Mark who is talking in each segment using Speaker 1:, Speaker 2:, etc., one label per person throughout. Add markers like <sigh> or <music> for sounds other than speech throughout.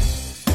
Speaker 1: 有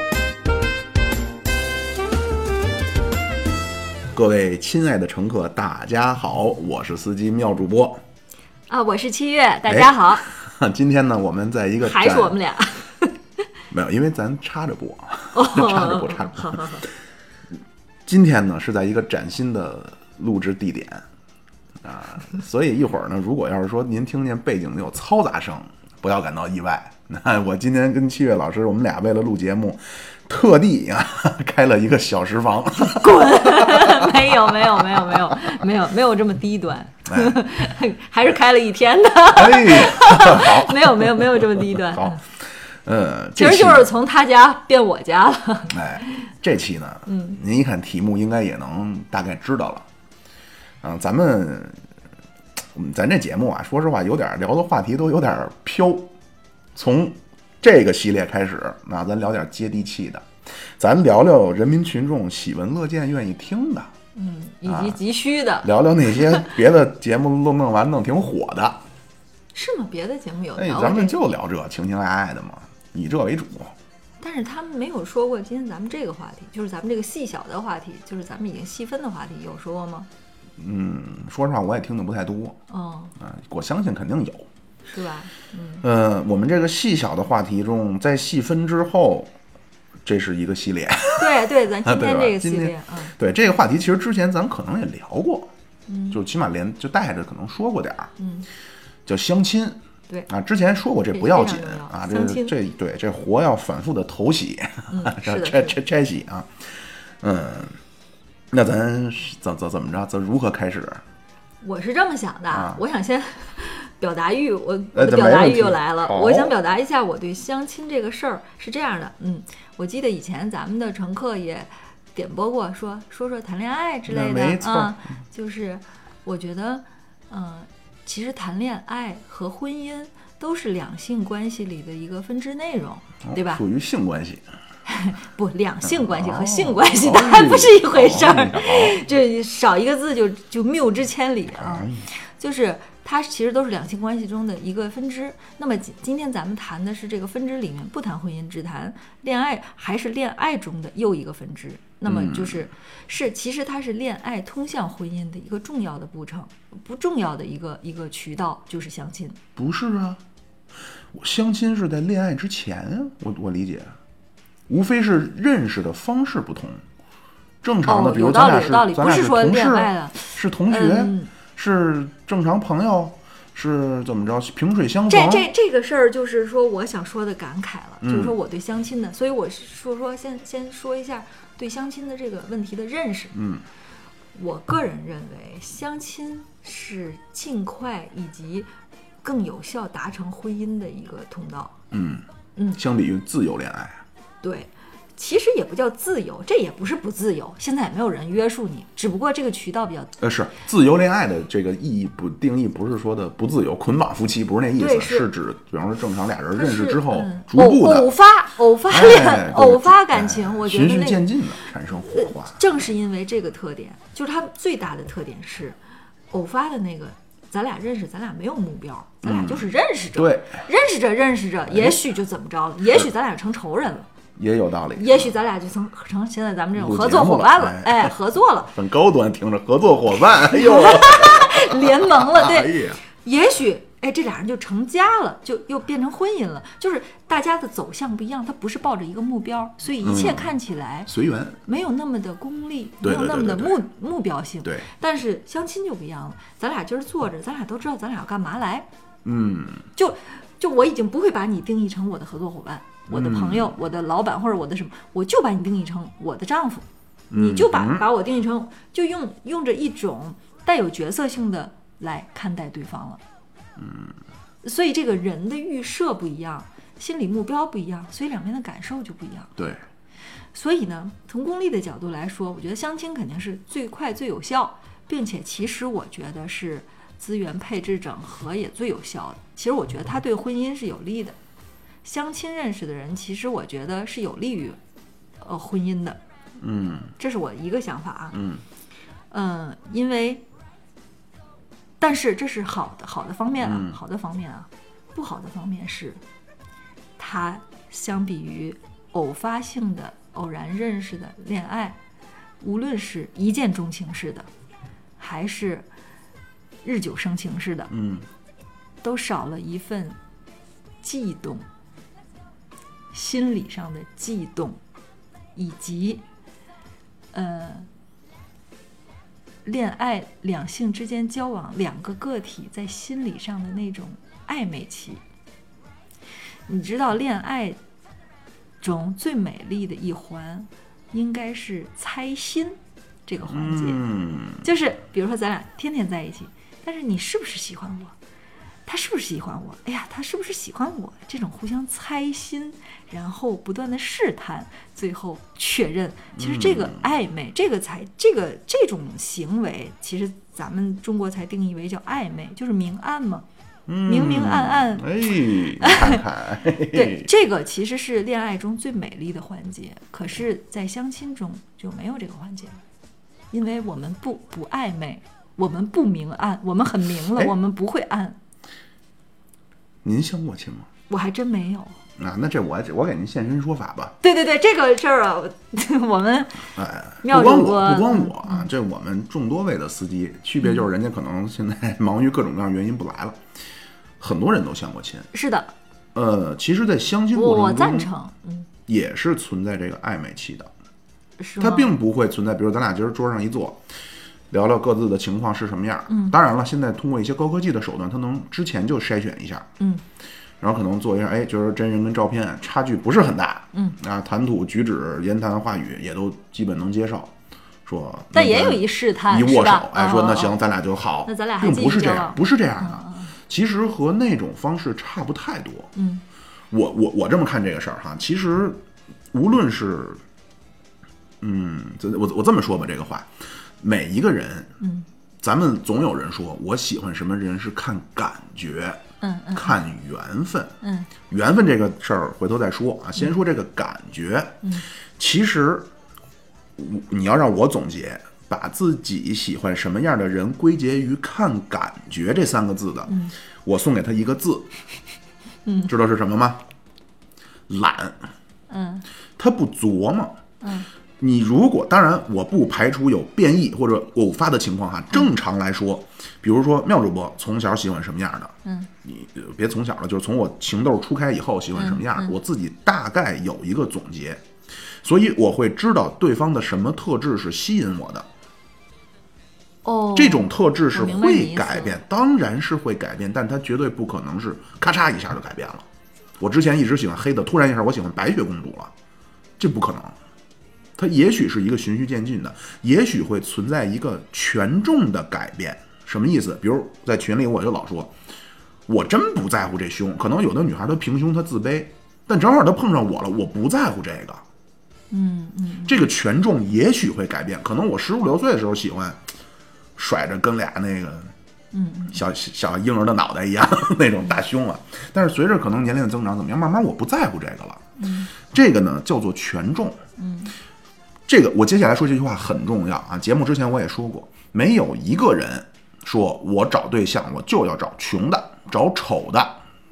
Speaker 2: 各位亲爱的乘客，大家好，我是司机妙主播。 <laughs>
Speaker 3: 啊，我是七月，
Speaker 2: 哎
Speaker 3: 大家好，
Speaker 2: 今天呢，我们在一个
Speaker 3: 还是
Speaker 2: 展
Speaker 3: 我们
Speaker 2: <laughs>
Speaker 3: 俩。
Speaker 2: 没有，因为咱插着播，啊
Speaker 3: 哦，
Speaker 2: <laughs> 插着播，插着
Speaker 3: <laughs> 好
Speaker 2: 播。
Speaker 3: 好好，
Speaker 2: 今天呢是在一个崭新的录制地点啊，所以一会儿呢，如果要是说您听见背景有嘈杂声，不要感到意外。 <laughs> 那我今天跟七月老师，我们俩为了录节目，特地啊 <laughs> 开了一个小时房。 <laughs>
Speaker 3: 没有没有没有没有没有没有这么低端
Speaker 2: 哎，
Speaker 3: <laughs> 还是开了一天的，
Speaker 2: <laughs> 哎，好，
Speaker 3: 没有没有没有这么低端，
Speaker 2: 好，呃，
Speaker 3: 其
Speaker 2: 这
Speaker 3: 实
Speaker 2: 期
Speaker 3: 就是从他家变我家了。
Speaker 2: 哎，这期呢，嗯，您一看题目，应该也能大概知道了。嗯、咱们，嗯咱这节目啊，说实话，有点儿聊的话题都有点儿飘。从这个系列开始，那咱聊点接地气的，咱聊聊人民群众喜闻乐见、愿意听的，
Speaker 3: 嗯，以
Speaker 2: 啊
Speaker 3: 及急需的，
Speaker 2: 聊聊那些别的节目弄弄完弄挺火的。
Speaker 3: 是吗？别的节目有
Speaker 2: 哎
Speaker 3: 聊，过
Speaker 2: 咱们
Speaker 3: 这个，
Speaker 2: 就聊这情情爱爱的嘛，以这为主。
Speaker 3: 但是他们没有说过今天咱们这个话题，就是咱们这个细小的话题，就是咱们已经细分的话题，有说过吗？
Speaker 2: 嗯，说实话，我也听的不太多
Speaker 3: 嗯，
Speaker 2: 啊、我相信肯定有。
Speaker 3: 是吧？
Speaker 2: 呃，我们这个细小的话题中，在细分之后，这是一个系列。 <laughs>
Speaker 3: 对对，咱今
Speaker 2: 啊对
Speaker 3: 天
Speaker 2: 吧
Speaker 3: 这个系
Speaker 2: 今
Speaker 3: 列
Speaker 2: 天，
Speaker 3: 嗯。
Speaker 2: 对这个话题，其实之前咱可能也聊过，就起码连就带着可能说过点儿，
Speaker 3: 嗯，
Speaker 2: 叫相亲。
Speaker 3: 对
Speaker 2: 啊，之前说过这
Speaker 3: 这
Speaker 2: 不要
Speaker 3: 非
Speaker 2: 紧
Speaker 3: 常重要
Speaker 2: 啊，
Speaker 3: 相
Speaker 2: 这
Speaker 3: 亲
Speaker 2: 这对这活要反复的头洗，
Speaker 3: 嗯
Speaker 2: <laughs>
Speaker 3: 是的
Speaker 2: 拆
Speaker 3: 是
Speaker 2: 拆拆洗啊，嗯，那咱怎怎怎么着？咱如何开始？
Speaker 3: 我是这么想的，
Speaker 2: 啊
Speaker 3: 我想先 <laughs> 表达欲，我
Speaker 2: 呃
Speaker 3: 我
Speaker 2: 这
Speaker 3: 的表
Speaker 2: 没
Speaker 3: 达
Speaker 2: 问
Speaker 3: 欲
Speaker 2: 题
Speaker 3: 又来了
Speaker 2: 好，
Speaker 3: 我想表达一下我对相亲这个事儿是这样的，嗯，我记得以前咱们的乘客也点播过，说说说谈恋爱之类
Speaker 2: 那没
Speaker 3: 的
Speaker 2: 错
Speaker 3: 啊、就是我觉得，嗯、其实谈恋爱和婚姻都是两性关系里的一个分支内容，对吧？
Speaker 2: 哦属于性关系，
Speaker 3: 不，两性关系和性
Speaker 2: 哦
Speaker 3: 关系
Speaker 2: 哦
Speaker 3: 当然不是一回事
Speaker 2: 哎
Speaker 3: 儿
Speaker 2: 呀，
Speaker 3: <laughs> 这少一个字就就谬之千里啊。
Speaker 2: 哎呀
Speaker 3: 就是它其实都是两性关系中的一个分支。那么今今天咱们谈的是这个分支里面，不谈婚姻，只谈恋爱，还是恋爱中的又一个分支。那么
Speaker 2: 嗯
Speaker 3: 就是、是，其实它是恋爱通向婚姻的一个重要的步程，不重要的一个一个渠道就是相亲。
Speaker 2: 不是啊，我相亲是在恋爱之前啊，我我理解，无非是认识的方式不同。正常的，
Speaker 3: 哦
Speaker 2: 比如
Speaker 3: 有
Speaker 2: 咱
Speaker 3: 道理
Speaker 2: 俩
Speaker 3: 有
Speaker 2: 是
Speaker 3: 道理
Speaker 2: 咱
Speaker 3: 不
Speaker 2: 俩
Speaker 3: 是
Speaker 2: 是
Speaker 3: 说
Speaker 2: 同
Speaker 3: 恋
Speaker 2: 事
Speaker 3: 爱了，
Speaker 2: 是同学，
Speaker 3: 嗯
Speaker 2: 是正常朋友，是怎么着？萍水相逢。
Speaker 3: 这这这个事儿，就是说我想说的感慨了，
Speaker 2: 嗯
Speaker 3: 就是说我对相亲的，所以我是说说先先说一下对相亲的这个问题的认识。
Speaker 2: 嗯，
Speaker 3: 我个人认为，相亲是尽快以及更有效达成婚姻的一个通道。
Speaker 2: 嗯
Speaker 3: 嗯
Speaker 2: 相比于自由恋爱，啊
Speaker 3: 对，其实也不叫自由，这也不是不自由，现在也没有人约束你，只不过这个渠道比较
Speaker 2: 呃，是自由恋爱的这个意义不定义，不是说的不自由，捆绑夫妻不是那意
Speaker 3: 对
Speaker 2: 思，
Speaker 3: 是
Speaker 2: 是指比方说正常俩人
Speaker 3: 它
Speaker 2: 认识
Speaker 3: 是
Speaker 2: 之后，
Speaker 3: 嗯
Speaker 2: 逐步
Speaker 3: 偶偶
Speaker 2: 的
Speaker 3: 发偶发
Speaker 2: 哎
Speaker 3: 恋、
Speaker 2: 对
Speaker 3: 偶发感
Speaker 2: 哎
Speaker 3: 情，我觉得
Speaker 2: 循
Speaker 3: 那个
Speaker 2: 序渐进的产生火花。
Speaker 3: 呃正是因为这个特点，就是它最大的特点是，偶发的那个，咱俩认识，咱俩没有目标，咱俩就是认识着，
Speaker 2: 嗯对，哎
Speaker 3: 认识着认识着，也许就怎么着，也许咱俩成仇人了，
Speaker 2: 也有道理。
Speaker 3: 也许咱俩就成成现在咱们这种
Speaker 2: 录
Speaker 3: 合
Speaker 2: 节
Speaker 3: 作
Speaker 2: 目
Speaker 3: 伙
Speaker 2: 了
Speaker 3: 伴了
Speaker 2: 哎，
Speaker 3: 哎，合作了， <laughs>
Speaker 2: 很高端，听着合作伙伴，哎呦，
Speaker 3: 联盟了，
Speaker 2: 哎
Speaker 3: 对， <laughs>
Speaker 2: 呀，
Speaker 3: 也许哎，这俩人就成家了，就又变成婚姻了，就是大家的走向不一样，他不是抱着一个目标，所以一切
Speaker 2: 嗯
Speaker 3: 看起来
Speaker 2: 随缘，
Speaker 3: 没有那么的功利，
Speaker 2: 对
Speaker 3: 没有
Speaker 2: 对
Speaker 3: 那
Speaker 2: 对
Speaker 3: 么的
Speaker 2: 对
Speaker 3: 目目标性，
Speaker 2: 对，
Speaker 3: 但是相亲就不一样了，咱俩今儿坐着，咱俩都知道咱俩要干嘛来，
Speaker 2: 嗯，
Speaker 3: 就就我已经不会把你定义成我的合作伙伴、我的朋友、我的老板或者我的什么，我就把你定义成我的丈夫，你就把、把我定义成就用用着一种带有角色性的来看待对方了，嗯，所以这个人的预设不一样，心理目标不一样，所以两边的感受就不一样。
Speaker 2: 对，
Speaker 3: 所以呢，从功利的角度来说，我觉得相亲肯定是最快最有效，并且其实我觉得是资源配置整合也最有效的。其实我觉得它对婚姻是有利的。相亲认识的人，其实我觉得是有利于呃婚姻的，
Speaker 2: 嗯
Speaker 3: 这是我一个想法啊。
Speaker 2: 嗯
Speaker 3: 嗯，因为，但是这是好的好的方面啊，
Speaker 2: 嗯
Speaker 3: 好的方面啊，不好的方面是，它相比于偶发性的、偶然认识的恋爱，无论是一见钟情式的，还是日久生情式的，
Speaker 2: 嗯，
Speaker 3: 都少了一份悸动，心理上的悸动，以及呃，恋爱两性之间交往两个个体在心理上的那种暧昧期。你知道，恋爱中最美丽的一环应该是猜心这个环节。
Speaker 2: 嗯
Speaker 3: 就是比如说咱俩天天在一起，但是你是不是喜欢我？他是不是喜欢我？哎呀，他是不是喜欢我？这种互相猜心，然后不断的试探，最后确认。其实这个暧昧，这个才这个这种行为，其实咱们中国才定义为叫暧昧，就是明暗嘛。
Speaker 2: 嗯
Speaker 3: 明明暗暗
Speaker 2: 哎，你看哎看，嘿嘿
Speaker 3: 对，这个其实是恋爱中最美丽的环节，可是，在相亲中就没有这个环节了，因为我们不不暧昧，我们不明暗，我们很明了
Speaker 2: 哎，
Speaker 3: 我们不会暗。
Speaker 2: 您相过亲吗？
Speaker 3: 我还真没有。
Speaker 2: 啊，那这我我给您现身说法吧。
Speaker 3: 对对对，这个事儿啊，我我们
Speaker 2: 哎，
Speaker 3: 妙嗯
Speaker 2: 不光
Speaker 3: 主
Speaker 2: 我，
Speaker 3: 播
Speaker 2: 不光我啊，这我们众多位的司机，区别就是人家可能现在忙于各种各样原因不来了，很多人都相过亲。
Speaker 3: 是的，
Speaker 2: 呃，其实，在相亲
Speaker 3: 我
Speaker 2: 过
Speaker 3: 我
Speaker 2: 程
Speaker 3: 赞
Speaker 2: 中，
Speaker 3: 成，嗯，
Speaker 2: 也是存在这个暧昧期的。
Speaker 3: 是吗？
Speaker 2: 它并不会存在，比如咱俩今儿桌上一坐，聊聊各自的情况是什么样。嗯，当然了，现在通过一些高科技的手段，它能之前就筛选一下。
Speaker 3: 嗯，
Speaker 2: 然后可能做一下，哎，就是真人跟照片差距不是很大。嗯，啊，谈吐、举止、言谈、话语也都基本能接受。说，
Speaker 3: 但
Speaker 2: 那
Speaker 3: 也
Speaker 2: 咱
Speaker 3: 有一试探
Speaker 2: 一握
Speaker 3: 是
Speaker 2: 手
Speaker 3: 吧，
Speaker 2: 哎，说
Speaker 3: 哦
Speaker 2: 那
Speaker 3: 哦
Speaker 2: 行，咱俩就好。
Speaker 3: 那咱俩还
Speaker 2: 并
Speaker 3: 继
Speaker 2: 不
Speaker 3: 续
Speaker 2: 是这
Speaker 3: 交
Speaker 2: 样
Speaker 3: 往，
Speaker 2: 不是这样的。其实和那种方式差不太多。
Speaker 3: 嗯，
Speaker 2: 我我我这么看这个事儿哈，其实无论是，嗯，这我我这么说吧，这个话，每一个人，
Speaker 3: 嗯，
Speaker 2: 咱们总有人说我喜欢什么人是看感觉，
Speaker 3: 嗯嗯
Speaker 2: 看缘分，
Speaker 3: 嗯
Speaker 2: 缘分这个事儿回头再说啊，先说这个感觉，嗯，其实我你要让我总结。把自己喜欢什么样的人归结于看感觉这三个字的，
Speaker 3: 嗯
Speaker 2: 我送给他一个字，知道是什么吗？懒，
Speaker 3: 嗯
Speaker 2: 他不琢磨。你如果当然，我不排除有变异或者偶发的情况
Speaker 3: 嗯
Speaker 2: 哈。正常来说，比如说妙主播从小喜欢什么样的，
Speaker 3: 嗯，
Speaker 2: 你呃别从小了，就是从我情窦初开以后喜欢什么
Speaker 3: 嗯
Speaker 2: 样，我自己大概有一个总结，所以我会知道对方的什么特质是吸引我的。
Speaker 3: 哦，
Speaker 2: 这种特质是
Speaker 3: 我明白你
Speaker 2: 会
Speaker 3: 意思
Speaker 2: 改变，当然是会改变，但它绝对不可能是咔嚓一下就改变了。我之前一直喜欢黑的，突然一下我喜欢白雪公主了，这不可能。它也许是一个循序渐进的，也许会存在一个权重的改变。什么意思？比如在群里我就老说，我真不在乎这胸，可能有的女孩她平胸她自卑，但正好她碰上我了，我不在乎这个。
Speaker 3: 嗯嗯
Speaker 2: 这个权重也许会改变。可能我十五六岁的时候喜欢甩着跟俩那个
Speaker 3: 嗯
Speaker 2: 小小婴儿的脑袋一样 <laughs> 那种大胸了，但是随着可能年龄的增长，怎么样，慢慢我不在乎这个了。
Speaker 3: 嗯
Speaker 2: 这个呢叫做权重。这个我接下来说这句话很重要啊。节目之前我也说过，没有一个人说我找对象我就要找穷的，找丑的，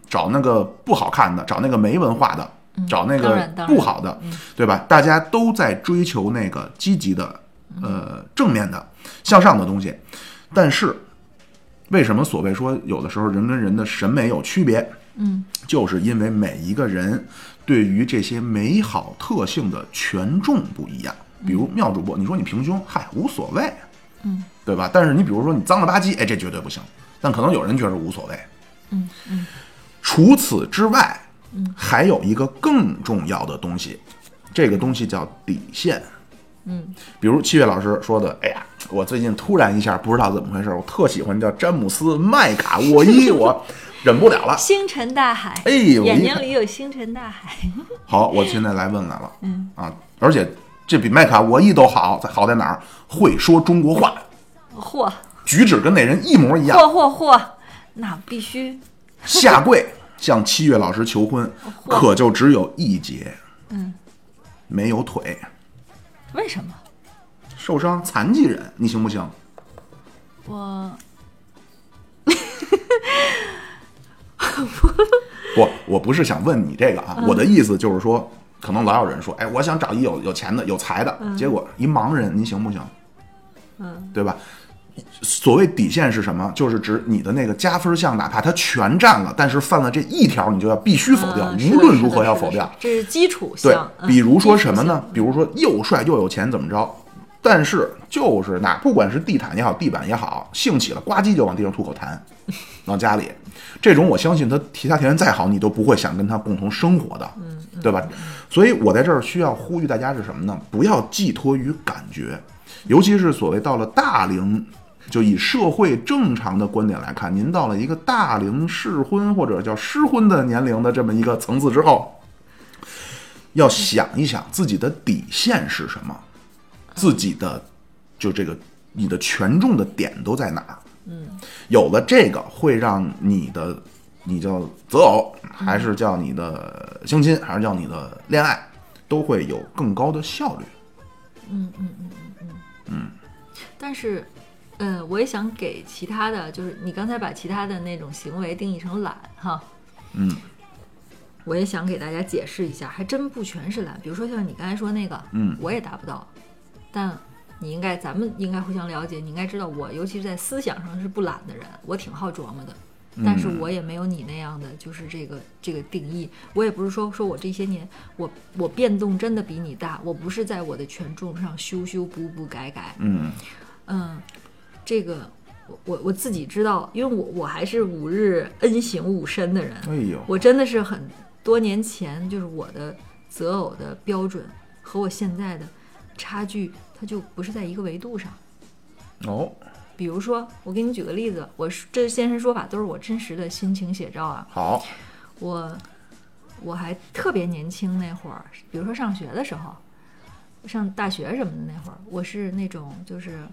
Speaker 2: 找那个不好看的，找那个没文化的，找那
Speaker 3: 嗯当
Speaker 2: 个
Speaker 3: 然当然嗯
Speaker 2: 不好的，对吧？大家都在追求那个积极的、
Speaker 3: 嗯
Speaker 2: 呃正面的、向上的东西，但是为什么所谓说有的时候人跟人的审美有区别？
Speaker 3: 嗯，
Speaker 2: 就是因为每一个人对于这些美好特性的权重不一样。比如妙主播，你说你平胸，嗨，无所谓，
Speaker 3: 嗯，
Speaker 2: 对吧？但是你比如说你脏了吧唧，哎，这绝对不行。但可能有人觉得无所谓，
Speaker 3: 嗯嗯，
Speaker 2: 除此之外，嗯，还有一个更重要的东西，这个东西叫底线。
Speaker 3: 嗯，
Speaker 2: 比如七月老师说的，哎呀，我最近突然一下不知道怎么回事，我特喜欢叫詹姆斯麦卡沃伊，我忍不
Speaker 3: <laughs>
Speaker 2: 了了。
Speaker 3: 星辰大海，
Speaker 2: 哎呦
Speaker 3: 眼
Speaker 2: 你
Speaker 3: 睛
Speaker 2: 看
Speaker 3: 里有星辰大海，
Speaker 2: 好，我现在来问来了，嗯啊，而且这比麦卡沃伊都好，好在哪儿？会说中国话，
Speaker 3: 嚯
Speaker 2: 举止跟那人一模一样
Speaker 3: 嚯。嚯嚯，那必须
Speaker 2: 下跪向七月老师求 <laughs> 婚，
Speaker 3: 嚯
Speaker 2: 可就只有一节，嗯，没有腿，
Speaker 3: 为什么？
Speaker 2: 受伤残疾人，你行不行？
Speaker 3: 我
Speaker 2: 不，我不是想问你这个
Speaker 3: 嗯
Speaker 2: 啊，我的意思就是说，可能老有人说，哎，我想找一有有钱的、有才的，
Speaker 3: 嗯
Speaker 2: 结果一盲人，您行不行？嗯，对吧？所谓底线是什么？就是指你的那个加分项，哪怕他全占了，但是犯了这一条，你就要必须否掉，
Speaker 3: 嗯是的
Speaker 2: 无论
Speaker 3: 是的
Speaker 2: 如何要
Speaker 3: 是的
Speaker 2: 否掉
Speaker 3: 是的。这是基础
Speaker 2: 对
Speaker 3: 项。，嗯
Speaker 2: 比如说什么呢？？比如说又帅又有钱怎么着？但是就是哪，不管是地毯也好，地板也好，兴起了呱唧就往地上吐口痰，往家里，这种我相信他其他条件再好，你都不会想跟他共同生活的，对吧？所以我在这儿需要呼吁大家是什么呢？不要寄托于感觉，尤其是所谓到了大龄。就以社会正常的观点来看，您到了一个大龄适婚或者叫失婚的年龄的这么一个层次之后，要想一想自己的底线是什么，自己的就这个你的权重的点都在哪儿。嗯，有了这个会让你的你叫择偶，还
Speaker 3: 嗯
Speaker 2: 是叫你的相亲，还是叫你的恋爱，都会有更高的效率。
Speaker 3: 但是，呃，我也想给其他的，就是你刚才把其他的那种行为定义成懒哈，
Speaker 2: 嗯，
Speaker 3: 我也想给大家解释一下，还真不全是懒。比如说像你刚才说那个，
Speaker 2: 嗯
Speaker 3: 我也达不到，但你应该，咱们应该互相了解，你应该知道我，尤其是在思想上是不懒的人，我挺好琢磨的。
Speaker 2: 嗯
Speaker 3: 但是我也没有你那样的，就是这个这个定义。我也不是说说我这些年我我变动真的比你大，我不是在我的权重上修修补补改改，
Speaker 2: 嗯，
Speaker 3: 嗯，这个我我我自己知道，因为我我还是五日 N 型五身的人，
Speaker 2: 哎呦，
Speaker 3: 我真的是很多年前就是我的择偶的标准和我现在的差距，它就不是在一个维度上。
Speaker 2: 哦，
Speaker 3: 比如说，我给你举个例子，我是这现身说法都是我真实的心情写照啊。
Speaker 2: 好，
Speaker 3: 我我还特别年轻那会儿，比如说上学的时候，上大学什么的那会儿，我是那种就是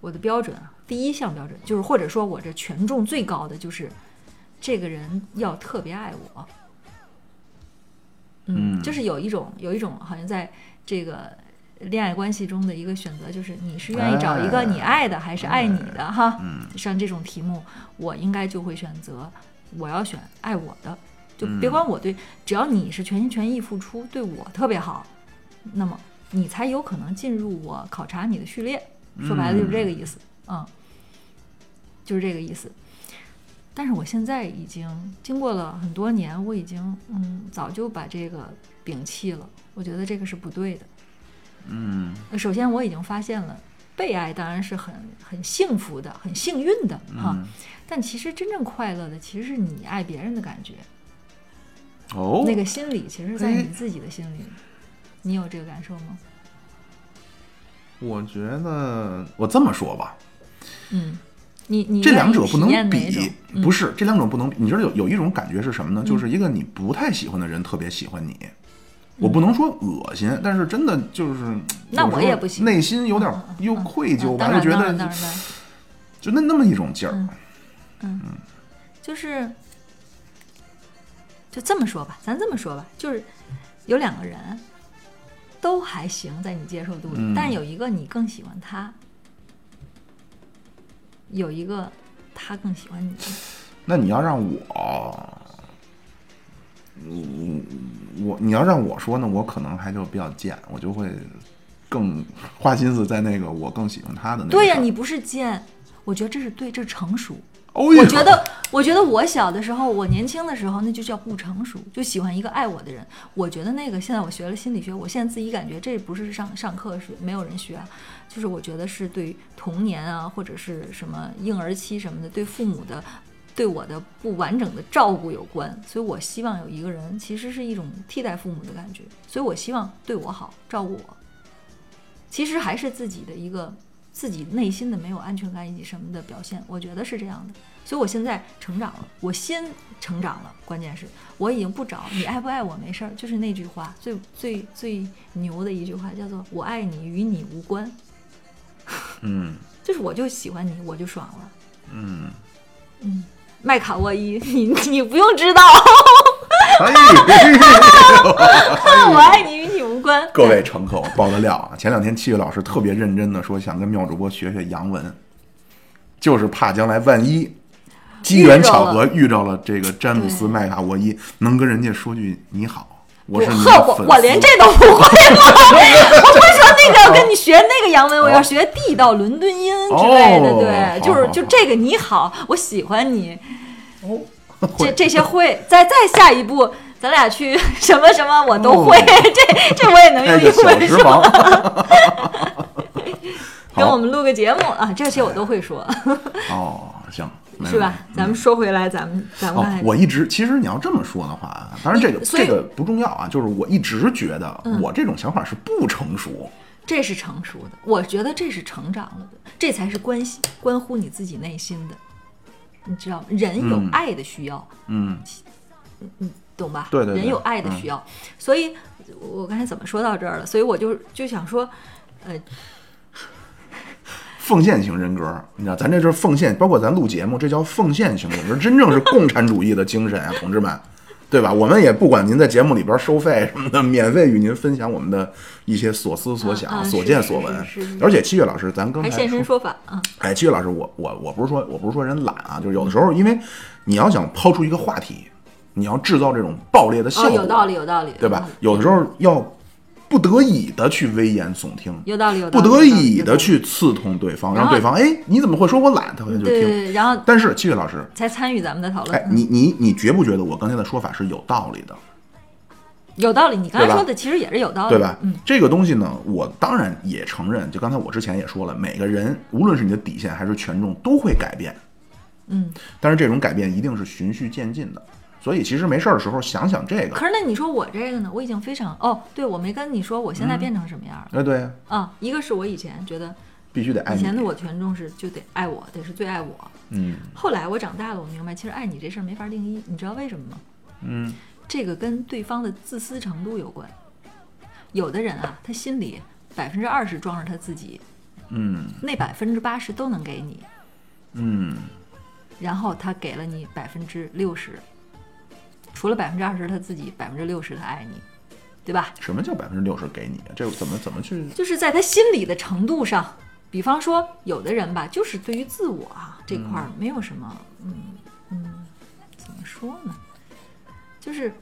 Speaker 3: 我的标准啊，第一项标准就是或者说我这权重最高的就是这个人要特别爱我，嗯，就是有一种有一种好像在这个。恋爱关系中的一个选择，就是你是愿意找一个你爱的，还是爱你的？哈，像这种题目，我应该就会选择我要选爱我的，就别管我对，只要你是全心全意付出，对我特别好，那么你才有可能进入我考察你的序列。说白了就是这个意思，嗯，就是这个意思。但是我现在已经经过了很多年，我已经嗯早就把这个摒弃了，我觉得这个是不对的。
Speaker 2: 嗯
Speaker 3: 呃首先我已经发现了，被爱当然是很很幸福的、很幸运的哈。
Speaker 2: 嗯
Speaker 3: 但其实真正快乐的，其实是你爱别人的感觉，
Speaker 2: 哦，
Speaker 3: 那个心理其实，在
Speaker 2: 哎
Speaker 3: 你自己的心里。你有这个感受吗？
Speaker 2: 我觉得我这么说吧，
Speaker 3: 嗯，你你
Speaker 2: 这
Speaker 3: 愿
Speaker 2: 两
Speaker 3: 意
Speaker 2: 者不能
Speaker 3: 体验哪
Speaker 2: 比
Speaker 3: 种，嗯
Speaker 2: 不是这两种不能比。你知道有有一种感觉是什么呢？就是一个你不太喜欢的人特别喜欢你。我不能说恶心，但是真的就是，
Speaker 3: 嗯那
Speaker 2: 有时候
Speaker 3: 我也不行
Speaker 2: 内心有点
Speaker 3: 嗯嗯嗯
Speaker 2: 又愧疚
Speaker 3: 嗯当
Speaker 2: 吧，又
Speaker 3: 然
Speaker 2: 觉
Speaker 3: 当然
Speaker 2: 得
Speaker 3: 当然当然
Speaker 2: 就那那么一种劲儿
Speaker 3: 嗯。就是就这么说吧，咱这么说吧，就是有两个人都还行，在你接受度里，
Speaker 2: 嗯
Speaker 3: 但有一个你更喜欢他，有一个他更喜欢你。
Speaker 2: 那你要让我，我我你要让我说呢，我可能还就比较贱，我就会更花心思在那个我更喜欢他的那个上。
Speaker 3: 对呀、你不是贱，我觉得这是对，这是成熟。
Speaker 2: 哦呦
Speaker 3: 我觉得，我觉得我小的时候，我年轻的时候，那就叫不成熟，就喜欢一个爱我的人。我觉得那个，现在我学了心理学，我现在自己感觉这不是上上课是没有人学啊，就是我觉得是对童年啊，或者是什么婴儿期什么的，对父母的。对我的不完整的照顾有关，所以我希望有一个人，其实是一种替代父母的感觉，所以我希望对我好，照顾我。其实还是自己的一个自己内心的没有安全感以及什么的表现，我觉得是这样的。所以我现在成长了，我心成长了，关键是我已经不找你爱不爱我没事儿，就是那句话最最最牛的一句话，叫做“我爱你与你无关”， <laughs>
Speaker 2: 嗯
Speaker 3: 就是我就喜欢你，我就爽了。
Speaker 2: 嗯，
Speaker 3: 麦卡沃伊，你你不用知道， <laughs>
Speaker 2: 哎呦，
Speaker 3: 我爱你与你无关。
Speaker 2: 各位乘客，我爆个料啊！前 <laughs> 两天七月老师特别认真的说，想跟妙主播学学洋文，就是怕将来万一机缘巧合遇到了这个詹姆斯
Speaker 3: 对
Speaker 2: 麦卡沃伊，能跟人家说句你好，我是
Speaker 3: 对
Speaker 2: 你
Speaker 3: 呵，
Speaker 2: 的
Speaker 3: 我
Speaker 2: 粉丝。
Speaker 3: 我连这都不会
Speaker 2: <laughs>
Speaker 3: 了，我会说那个，
Speaker 2: 哦
Speaker 3: 我跟你学那个洋文，我要学地道伦敦音之类的，
Speaker 2: 哦好
Speaker 3: 对，就是
Speaker 2: 好
Speaker 3: 就
Speaker 2: 好
Speaker 3: 这个你好，我喜欢你，这
Speaker 2: 会
Speaker 3: 这些会，再再下一步，咱俩去什么什么我都会，这这我也能用
Speaker 2: 那哦个
Speaker 3: 英
Speaker 2: 哎小
Speaker 3: 文
Speaker 2: 时
Speaker 3: 说，
Speaker 2: 房， <laughs>
Speaker 3: 跟我
Speaker 2: 好
Speaker 3: 们录个节目啊，这些我都会说，
Speaker 2: 哦，行，没
Speaker 3: 是吧
Speaker 2: 问题？
Speaker 3: 咱们说回来，咱们咱们
Speaker 2: 哦
Speaker 3: 刚才，
Speaker 2: 我一直其实你要这么说的话，当然这个
Speaker 3: 你所以嗯
Speaker 2: 这个不重要啊，就是我一直觉得我这种想法是不成熟，
Speaker 3: 这是成熟的，我觉得这是成长了的，这才是关系关乎你自己内心的，你知道吗？人有
Speaker 2: 嗯
Speaker 3: 爱的需要，嗯
Speaker 2: 嗯
Speaker 3: 懂吧？
Speaker 2: 对对对嗯
Speaker 3: 人有爱的需要，所以我刚才怎么说到这儿了？所以我就就想说，呃，
Speaker 2: 奉献型人格，你知道，咱这就是奉献，包括咱录节目，这叫奉献型人格，真正是共产主义的精神啊， <laughs> 同志们，对吧？我们也不管您在节目里边收费什么的，免费与您分享我们的一些所思所想、
Speaker 3: 啊啊
Speaker 2: 所
Speaker 3: 是
Speaker 2: 见
Speaker 3: 是
Speaker 2: 所
Speaker 3: 是
Speaker 2: 闻。
Speaker 3: 是是
Speaker 2: 而且七月老师，咱刚
Speaker 3: 还
Speaker 2: 才
Speaker 3: 现身说
Speaker 2: 说
Speaker 3: 法啊，
Speaker 2: 哎，七月老师，我我我不是说我不是说人懒啊，就是有的时候，因为你要想抛出一个话题，你要制造这种爆裂的效
Speaker 3: 哦，
Speaker 2: 果，
Speaker 3: 有道理，，有道理，
Speaker 2: 对吧
Speaker 3: 嗯？
Speaker 2: 有的时候要不得已的去危言耸听，
Speaker 3: 有道理，有道
Speaker 2: 不
Speaker 3: 理，
Speaker 2: 得
Speaker 3: 有道理
Speaker 2: 已的，去刺痛对方，
Speaker 3: 然
Speaker 2: 让
Speaker 3: 后
Speaker 2: 对方哎，你怎么会说我懒？他可
Speaker 3: 有
Speaker 2: 能就
Speaker 3: 道理对对嗯
Speaker 2: 听。
Speaker 3: 对，然后
Speaker 2: 但是七月老师，
Speaker 3: 才参与咱们的讨论，嗯
Speaker 2: 哎，你你你觉不觉得我刚才的说法是有道理的，
Speaker 3: 有道理。你刚才
Speaker 2: 对吧
Speaker 3: 说的其实也是有道理，
Speaker 2: 对吧？
Speaker 3: 嗯，
Speaker 2: 这个东西呢，我当然也承认，就刚才我之前也说了，每个人无论是你的底线还是权重都会改变，
Speaker 3: 嗯。
Speaker 2: 但是这种改变一定是循序渐进的。所以其实没事儿的时候想想这个，
Speaker 3: 可是那你说我这个呢？我已经非常哦，对我没跟你说我现在变成什么样了、
Speaker 2: 哎，对啊，
Speaker 3: 啊？一个是我以前觉得
Speaker 2: 必须得爱
Speaker 3: 以
Speaker 2: 你。
Speaker 3: 前的我权重是就得爱我，得是最爱我。
Speaker 2: 嗯
Speaker 3: 后来我长大了，我明白其实爱你这事儿没法定义，你知道为什么吗？
Speaker 2: 嗯，
Speaker 3: 这个跟对方的自私程度有关。有的人啊，他心里百分之二十装着他自己，
Speaker 2: 嗯
Speaker 3: 那百分之八十都能给你，
Speaker 2: 嗯
Speaker 3: 然后他给了你百分之六十，除了百分之二十他自己，百分之六十他爱你，对吧？
Speaker 2: 什么叫百分之六十给你？啊这怎么怎么去？
Speaker 3: 就是在他心理的程度上，比方说有的人吧，就是对于自我啊这块儿没有什么，嗯嗯怎么说呢？就是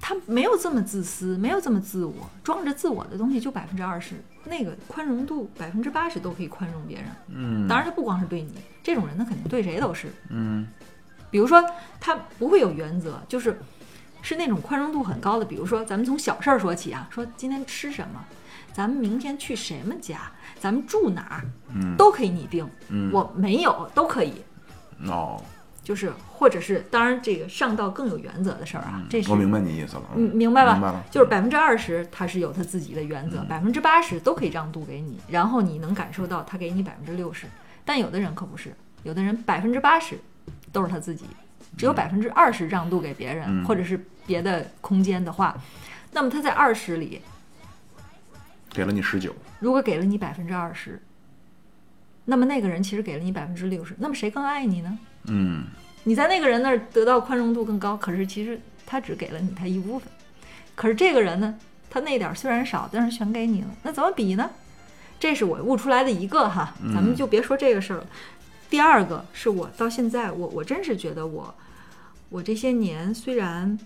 Speaker 3: 他没有这么自私，没有这么自我，装着自我的东西就百分之二十，那个宽容度百分之八十都可以宽容别人。
Speaker 2: 嗯
Speaker 3: 当然，他不光是对你这种人，他肯定对谁都是。
Speaker 2: 嗯
Speaker 3: 比如说他不会有原则，就是是那种宽容度很高的。比如说，咱们从小事儿说起啊，说今天吃什么，咱们明天去什么家，咱们住哪儿，
Speaker 2: 嗯
Speaker 3: 都可以你定。
Speaker 2: 嗯
Speaker 3: 我没有都可以，
Speaker 2: 哦，
Speaker 3: 就是或者是当然这个上到更有原则的事儿啊，这是
Speaker 2: 嗯我明白你意思了。
Speaker 3: 嗯，明白吧？
Speaker 2: 明白了，嗯
Speaker 3: 就是百分之二十，他是有他自己的原则，百分之八十都可以让渡给你，然后你能感受到他给你百分之六十。但有的人可不是，有的人百分之八十都是他自己，只有百分之二十让渡给别人、
Speaker 2: 嗯
Speaker 3: 或者是别的空间的话，那么他在二十里，
Speaker 2: 给了你十九，
Speaker 3: 如果给了你百分之二十，那么那个人其实给了你百分之六十，那么谁更爱你呢？
Speaker 2: 嗯
Speaker 3: 你在那个人那儿得到宽容度更高，可是其实他只给了你他一部分，可是这个人呢，他那点儿虽然少，但是全给你了，那怎么比呢？这是我悟出来的一个哈，咱们就别说这个事儿了。第二个是我到现在，我我真是觉得我我这些年虽然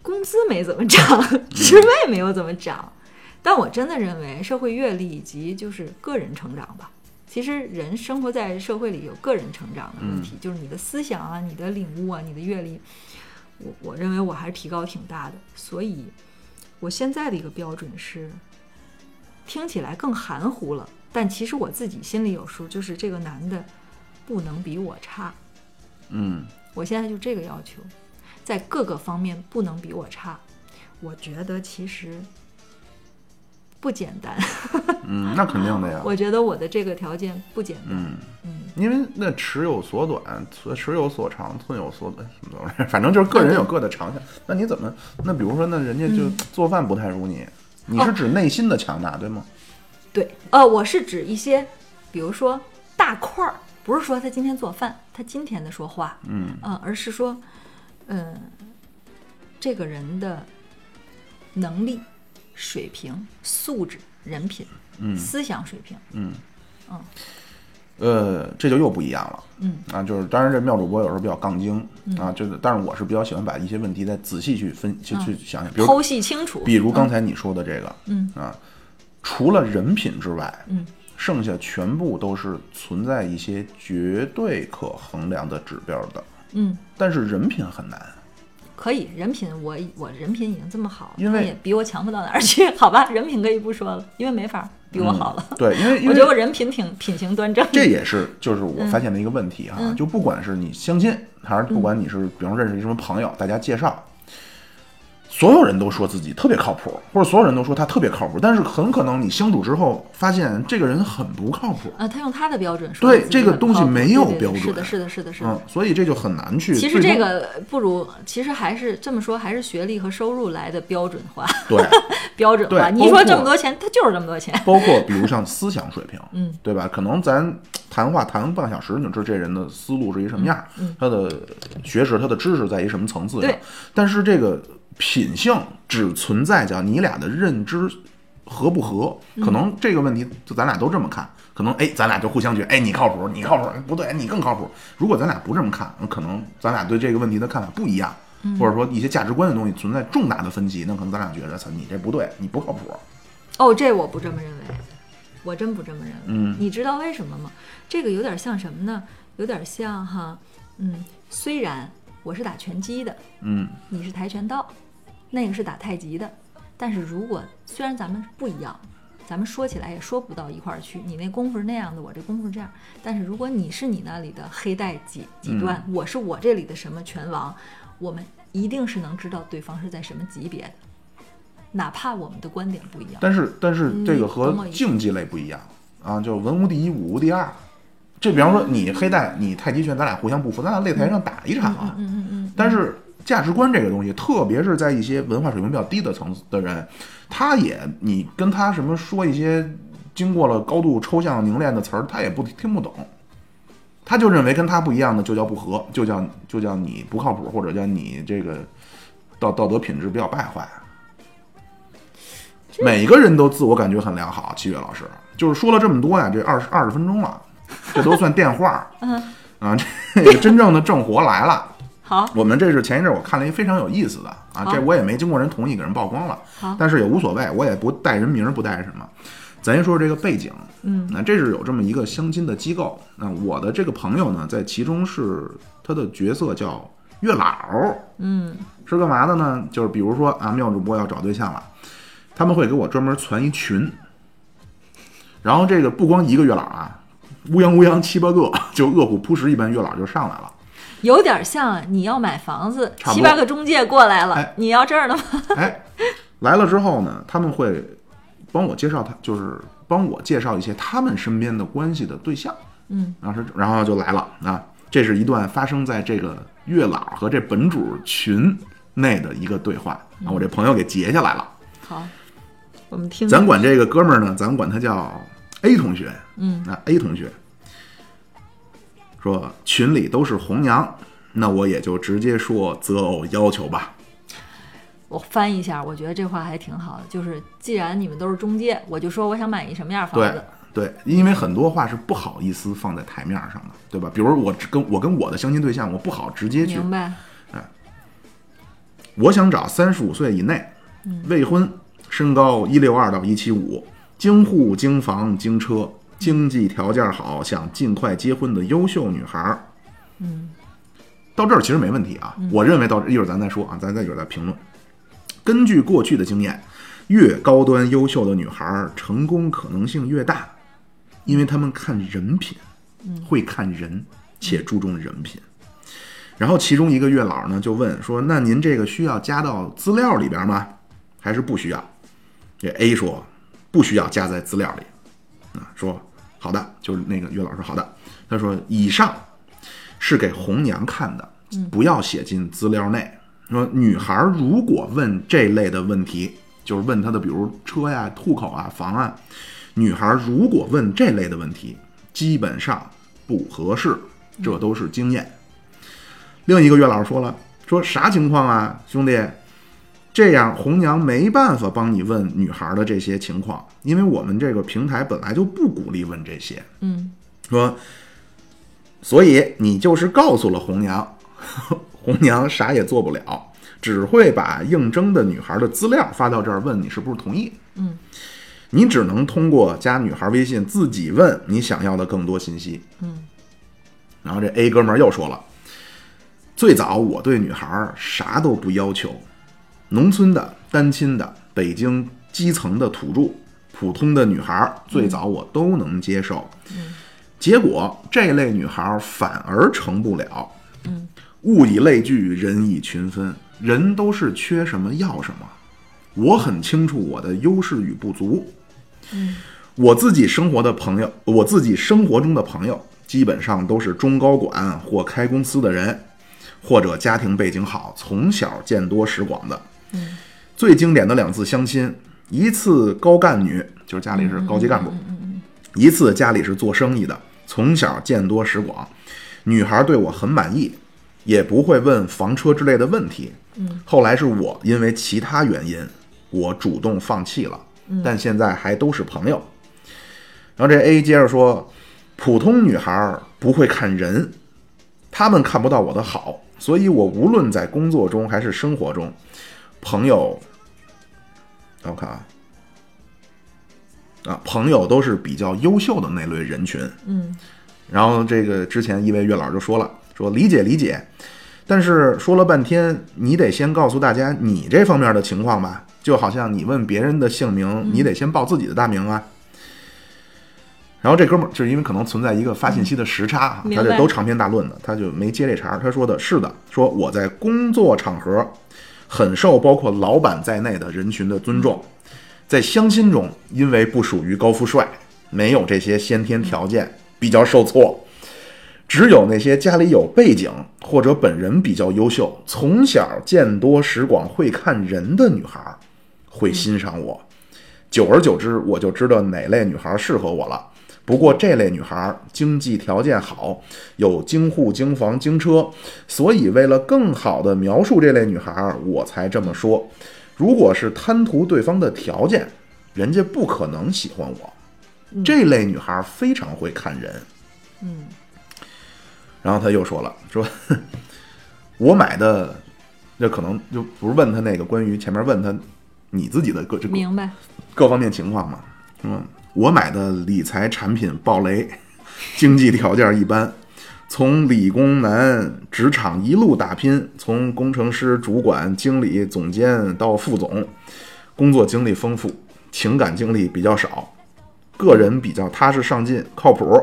Speaker 3: 工资没怎么涨， <laughs> 职位没有怎么涨，但我真的认为社会阅历以及就是个人成长吧。其实人生活在社会里有个人成长的问题，就是你的思想啊、你的领悟啊、你的阅历，我我认为我还是提高挺大的。所以，我现在的一个标准是，听起来更含糊了，但其实我自己心里有数，就是这个男的不能比我差。
Speaker 2: 嗯
Speaker 3: 我现在就这个要求，在各个方面不能比我差。我觉得其实不简单。
Speaker 2: 嗯，那肯定的呀，
Speaker 3: 我觉得我的这个条件不简单。
Speaker 2: 嗯因为那尺有所短，寸时有所长，寸有所短， <laughs> 什么玩意儿，反正就是个人有各的长项。那你怎么？那比如说，那人家
Speaker 3: 嗯
Speaker 2: 就做饭不太如你，你
Speaker 3: 哦
Speaker 2: 是指内心的强大，对吗？
Speaker 3: 对，呃，我是指一些，比如说大块儿，不是说他今天做饭，他今天的说话，
Speaker 2: 嗯
Speaker 3: 啊、而是说，嗯、这个人的能力、水平、素质、人品、
Speaker 2: 嗯
Speaker 3: 思想水平，
Speaker 2: 呃，这就又不一样了。
Speaker 3: 嗯
Speaker 2: 啊，就是当然，这妙主播有时候比较杠精、啊，就是，但是我是比较喜欢把一些问题再仔细去分去、去想想，比如
Speaker 3: 嗯剖析清楚，
Speaker 2: 比如刚才你说的这个，
Speaker 3: 嗯
Speaker 2: 啊，除了人品之外，
Speaker 3: 嗯，
Speaker 2: 剩下全部都是存在一些绝对可衡量的指标的，
Speaker 3: 嗯，
Speaker 2: 但是人品很难。
Speaker 3: 可以，人品我我人品已经这么好了，
Speaker 2: 因为
Speaker 3: 他也比我强不到哪儿去， <laughs> 好吧，人品可以不说了，因为没法儿比我好了。
Speaker 2: 嗯对，
Speaker 3: <laughs>
Speaker 2: 因为因
Speaker 3: 我觉得我
Speaker 2: 为
Speaker 3: 人品挺品嗯行端正，
Speaker 2: 这也是就是我发现的一个问题哈、就不管是你相亲，还是不管
Speaker 3: 嗯
Speaker 2: 你是比方认识一什么朋友，大家介绍。所有人都说自己特别靠谱，或者所有人都说他特别靠谱，但是很可能你相处之后发现这个人很不靠谱。
Speaker 3: 啊，他用他的标准说
Speaker 2: 对
Speaker 3: 自己
Speaker 2: 这个
Speaker 3: 很
Speaker 2: 东西
Speaker 3: 靠谱
Speaker 2: 没有
Speaker 3: 对对对
Speaker 2: 标
Speaker 3: 是的，
Speaker 2: 准
Speaker 3: 是的，是的，是的。
Speaker 2: 嗯，所以这就很难去。
Speaker 3: 其实这
Speaker 2: 最终
Speaker 3: 个不如，其实还是这么说，还是学历和收入来的标准化， <laughs>
Speaker 2: 对，
Speaker 3: 标准化。
Speaker 2: 对
Speaker 3: 你
Speaker 2: 包
Speaker 3: 说
Speaker 2: 括
Speaker 3: 这么多钱，他就是这么多钱。
Speaker 2: 包括比如像思想水平，
Speaker 3: 嗯，
Speaker 2: 对吧？可能咱谈话谈半小时，你就知道这人的思路是一什么样儿，他的学识、他的知识在一什么层次
Speaker 3: 嗯
Speaker 2: 上
Speaker 3: 对。
Speaker 2: 但是这个品性只存在叫你俩的认知合不合，
Speaker 3: 嗯
Speaker 2: 可能这个问题就咱俩都这么看，可能哎，咱俩就互相觉得哎，你靠谱，你靠谱，不对，你更靠谱。如果咱俩不这么看，可能咱俩对这个问题的看法不一样。
Speaker 3: 嗯
Speaker 2: 或者说一些价值观的东西存在重大的分歧，那可能咱俩觉得，操，你这不对，你不靠谱。
Speaker 3: 哦，这我不这么认为，我真不这么认为。
Speaker 2: 嗯
Speaker 3: 你知道为什么吗？这个有点像什么呢？有点像哈，嗯，虽然我是打拳击的，
Speaker 2: 嗯，
Speaker 3: 你是跆拳道，那个是打太极的，但是如果虽然咱们不一样，咱们说起来也说不到一块儿去，你那功夫是那样的，我这功夫是这样，但是如果你是你那里的黑带几几段，我是我这里的什么拳王，我们一定是能知道对方是在什么级别的，哪怕我们的观点不一样。
Speaker 2: 但是但是这个
Speaker 3: 嗯
Speaker 2: 和
Speaker 3: 懂我意思
Speaker 2: 竞技类不一样啊，就文无第一，武无第二。这比方说你黑带，你太极拳，咱俩互相不服，咱俩擂台上打一场啊。嗯嗯嗯。但是价值观这个东西，特别是在一些文化水平比较低的层次的人，他也你跟他什么说一些经过了高度抽象凝练的词儿，他也不听不懂。他就认为跟他不一样的就叫不合，就叫就叫你不靠谱，或者叫你这个道道德品质比较败坏。啊每个人都自我感觉很良好，七月老师就是说了这么多呀，这二十二十分钟了，这都算电话。嗯啊，这个真正的正活来了。
Speaker 3: 好，
Speaker 2: 我们这是前一阵儿我看了一非常有意思的啊，
Speaker 3: 好
Speaker 2: 这我也没经过人同意给人曝光了
Speaker 3: 好，
Speaker 2: 但是也无所谓，我也不带人名儿，不带什么。咱先说这个背景，嗯，那这是有这么一个相亲的机构，那我的这个朋友呢，在其中是他的角色叫月老，嗯，是干嘛的呢？就是比如说啊，妙主播要找对象了，他们会给我专门传一群，然后这个不光一个月老啊，乌泱乌泱七八个，就饿虎扑食一般，月老就上来了。
Speaker 3: 有点像你要买房子，
Speaker 2: 差不
Speaker 3: 七
Speaker 2: 多
Speaker 3: 八个中介过来了，
Speaker 2: 哎
Speaker 3: 你要这儿的
Speaker 2: <laughs>
Speaker 3: 吗？
Speaker 2: 哎，来了之后呢，他们会帮我介绍他，就是帮我介绍一些他们身边的关系的对象。
Speaker 3: 嗯，
Speaker 2: 然后是，然后就来了啊，这是一段发生在这个月老和这本主群内的一个对话啊，
Speaker 3: 嗯
Speaker 2: 我这朋友给截下来了。
Speaker 3: 好，我们听。
Speaker 2: 咱管这个哥们儿呢，咱们管他叫 A 同学。
Speaker 3: 嗯，
Speaker 2: 那 A 同学说群里都是红娘，那我也就直接说择偶要求吧。
Speaker 3: 我翻译一下，我觉得这话还挺好的，就是既然你们都是中介，我就说我想买一什么样房
Speaker 2: 对
Speaker 3: 子。
Speaker 2: 对，因为很多话是不好意思放在台面上的，对吧？比如我只跟我跟我的相亲对象，我不好直接去，
Speaker 3: 明白，
Speaker 2: 我想找三十五岁以内，未婚，身高一六二到一七五，京沪、京房、京车，经济条件好，想尽快结婚的优秀女孩儿。嗯，到这儿其实没问题啊，我认为到这一会儿咱再说啊，咱再一会儿再评论。根据过去的经验，越高端优秀的女孩儿成功可能性越大，因为她们看人品，会看人，且注重人品。然后其中一个月老呢就问说：“那您这个需要加到资料里边吗？还是不需要？”这 A 说：“不需要加在资料里。啊，说好的，就是那个岳老师说好的，他说以上是给红娘看的，不要写进资料内。说女孩如果问这类的问题，就是问她的比如车呀、户口啊、房啊，女孩如果问这类的问题，基本上不合适，这都是经验。另一个岳老师说了，说啥情况啊，兄弟？这样红娘没办法帮你问女孩的这些情况，因为我们这个平台本来就不鼓励问这些。
Speaker 3: 嗯，
Speaker 2: 说，所以你就是告诉了红娘， <laughs> 红娘啥也做不了，只会把应征的女孩的资料发到这儿，问你是不是同意。嗯，你只能通过加女孩微信自己问你想要的更多信息。嗯，然后这 A 哥们儿又说了，最早我对女孩儿啥都不要求，农村的、单亲的、北京基层的土著、普通的女孩儿，最早我都能接受。结果这类女孩儿反而成不了。物以类聚，人以群分，人都是缺什么要什么。我很清楚我的优势与不足。我自己生活的朋友，我自己生活中的朋友，基本上都是中高管或开公司的人，或者家庭背景好，从小见多识广的。最经典的两次相亲，一次高干女，就是家里是高级干部，一次家里是做生意的，从小见多识广，女孩对我很满意，也不会问房车之类的问题。后来是我因为其他原因，我主动放弃了，但现在还都是朋友。然后这 A 接着说，普通女孩不会看人，她们看不到我的好，所以我无论在工作中还是生活中，朋友，让我看啊，啊，朋友都是比较优秀的那类人群。
Speaker 3: 嗯，
Speaker 2: 然后这个之前一位月老就说了，说理解理解，但是说了半天，你得先告诉大家你这方面的情况吧，就好像你问别人的姓名，
Speaker 3: 嗯
Speaker 2: 你得先报自己的大名啊。然后这哥们儿就是因为可能存在一个发信息的时差啊，
Speaker 3: 明
Speaker 2: 他
Speaker 3: 白
Speaker 2: 就都长篇大论的，他就没接这茬儿。他说的是的，说我在工作场合很受包括老板在内的人群的尊
Speaker 3: 嗯
Speaker 2: 重，在相亲中，因为不属于高富帅，没有这些先天条件，比较受挫。只有那些家里有背景或者本人比较优秀，从小见多识广、会看人的女孩儿，会欣赏我。久而久之，我就知道哪类女孩儿适合我了。不过这类女孩儿经济条件好，有京户、京房、京车，所以为了更好的描述这类女孩儿，我才这么说。如果是贪图对方的条件，人家不可能喜欢我。这类女孩儿非常会看人。然后他又说了，说我买的，这可能就不是问他那个关于前面问他你自己的各这个
Speaker 3: 明白。
Speaker 2: 各方面情况嘛。嗯，我买的理财产品暴雷， <laughs> 经济条件一般，从理工男职场一路打拼，从工程师、主管、经理、总监到副总，工作经历丰富，情感经历比较少，个人比较踏实上进，靠谱，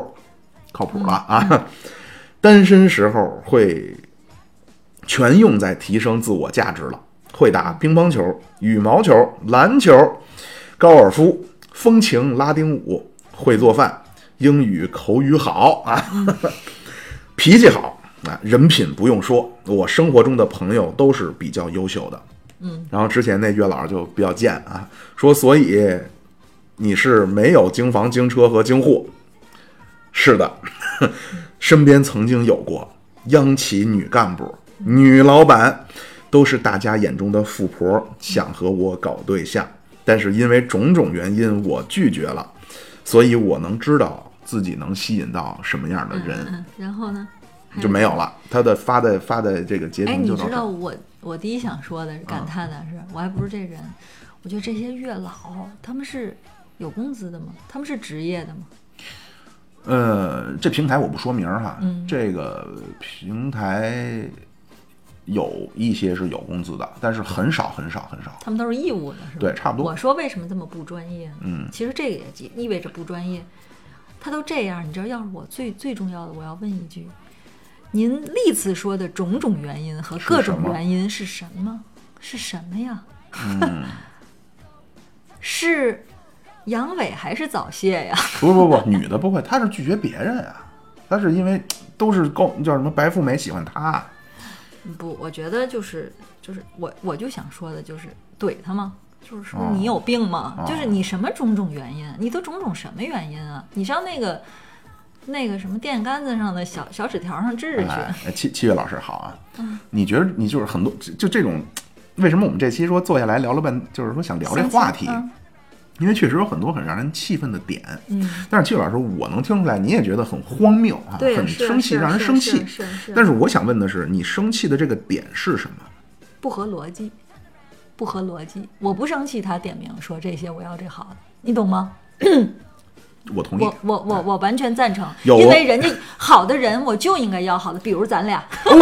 Speaker 2: 靠谱了啊。单身时候会全用在提升自我价值了，会打乒乓球、羽毛球、篮球、高尔夫、风情拉丁舞，会做饭，英语口语好啊，脾气好啊，人品不用说，我生活中的朋友都是比较优秀的。嗯，然后之前那月老就比较贱啊，说所以你是没有京房、京车和京户，是的， <laughs> 身边曾经有过央企女干部、女老板，都是大家眼中的富婆，想和我搞对象，但是因为种种原因我拒绝了，所以我能知道自己能吸引到什么样的人，
Speaker 3: 嗯，然后呢？还
Speaker 2: 就没有了。他的发的发的这个截
Speaker 3: 哎，
Speaker 2: 屏
Speaker 3: 你
Speaker 2: 就到
Speaker 3: 知
Speaker 2: 这
Speaker 3: 道
Speaker 2: 儿。啊
Speaker 3: 我我第一想说的感叹的是，我还不是这人，我觉得这些月老他们是有工资的吗？他们是职业的吗？
Speaker 2: 呃，这平台我不说名儿哈，
Speaker 3: 嗯
Speaker 2: 这个平台有一些是有工资的，但是很少很少很少。
Speaker 3: 他们都是义务的，是吧？
Speaker 2: 对差不多
Speaker 3: 我说为什么这么不专业呢？
Speaker 2: 嗯
Speaker 3: 其实这个也意味着不专业。他都这样，你知道，要是我最最重要的，我要问一句：您历次说的种种原因和各种
Speaker 2: 是什么
Speaker 3: 原因是什 <laughs>
Speaker 2: 嗯
Speaker 3: 么？是什么呀？是阳痿还是早泄呀？
Speaker 2: 不不不，女的不会，她是拒绝别人啊，她是因为都是高叫什么白富美喜欢她，
Speaker 3: 不，我觉得就是就是我我就想说的就是怼他吗？就是说
Speaker 2: 哦
Speaker 3: 你有病吗？
Speaker 2: 哦
Speaker 3: 就是你什么种种原因，你都种种什么原因啊？你上那个那个什么电线杆子上的小小纸条上治治去。
Speaker 2: 哎，哎七七月老师好啊，
Speaker 3: 嗯
Speaker 2: 你觉得你就是很多就就这种，为什么我们这期说坐下来聊了半，就是说想聊这
Speaker 3: 相亲
Speaker 2: 话题，
Speaker 3: 嗯
Speaker 2: 因为确实有很多很让人气愤的点。
Speaker 3: 嗯，
Speaker 2: 但是七月老师，我能听出来你也觉得很荒谬啊，
Speaker 3: 对
Speaker 2: 很
Speaker 3: 是
Speaker 2: 生气，
Speaker 3: 是
Speaker 2: 让人
Speaker 3: 是
Speaker 2: 生气。
Speaker 3: 是是
Speaker 2: 但是我想问的是，你生气的这个点是什么？
Speaker 3: 不合逻辑，不合逻辑。我不生气，他点名说这些我要这好的，你懂吗？
Speaker 2: 我同意
Speaker 3: 我。我我我完全赞成，
Speaker 2: 有
Speaker 3: 因为人家好的人我就应该要好的，比如咱俩，
Speaker 2: <laughs> 对，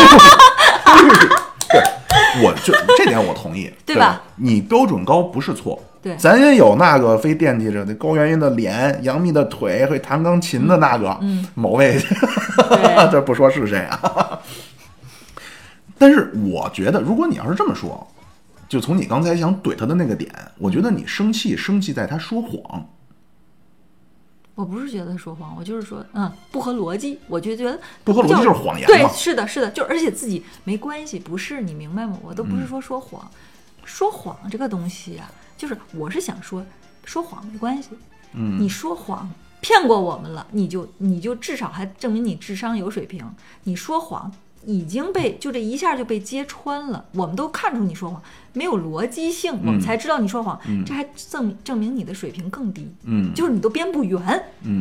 Speaker 2: 我这这点我同意，
Speaker 3: 对吧
Speaker 2: 你标准高不是错，
Speaker 3: 对
Speaker 2: 咱也有那个非惦记着那高圆圆的脸、杨幂的腿、会弹钢琴的那个，嗯，某位，
Speaker 3: 对
Speaker 2: 这不说是谁啊。 <laughs> 但是我觉得，如果你要是这么说，就从你刚才想怼他的那个点，我觉得你生气，生气在他说谎，
Speaker 3: 我不是觉得他说谎，我就是说，嗯，不合逻辑，我就觉得
Speaker 2: 不合逻辑
Speaker 3: 叫
Speaker 2: 就是谎言
Speaker 3: 对
Speaker 2: 嘛，
Speaker 3: 是的，是的，就而且自己没关系，不是你明白吗？我都不是
Speaker 2: 嗯
Speaker 3: 说说谎，说谎这个东西啊，就是我是想说，说谎没关系，嗯，你说谎骗过我们了，你就你就至少还证明你智商有水平，你说谎。已经被就这一下就被揭穿了，我们都看出你说谎没有逻辑性，我
Speaker 2: 嗯
Speaker 3: 们才知道你说谎，这还证证明你的水平更低。
Speaker 2: 嗯，
Speaker 3: 就是你都编不圆，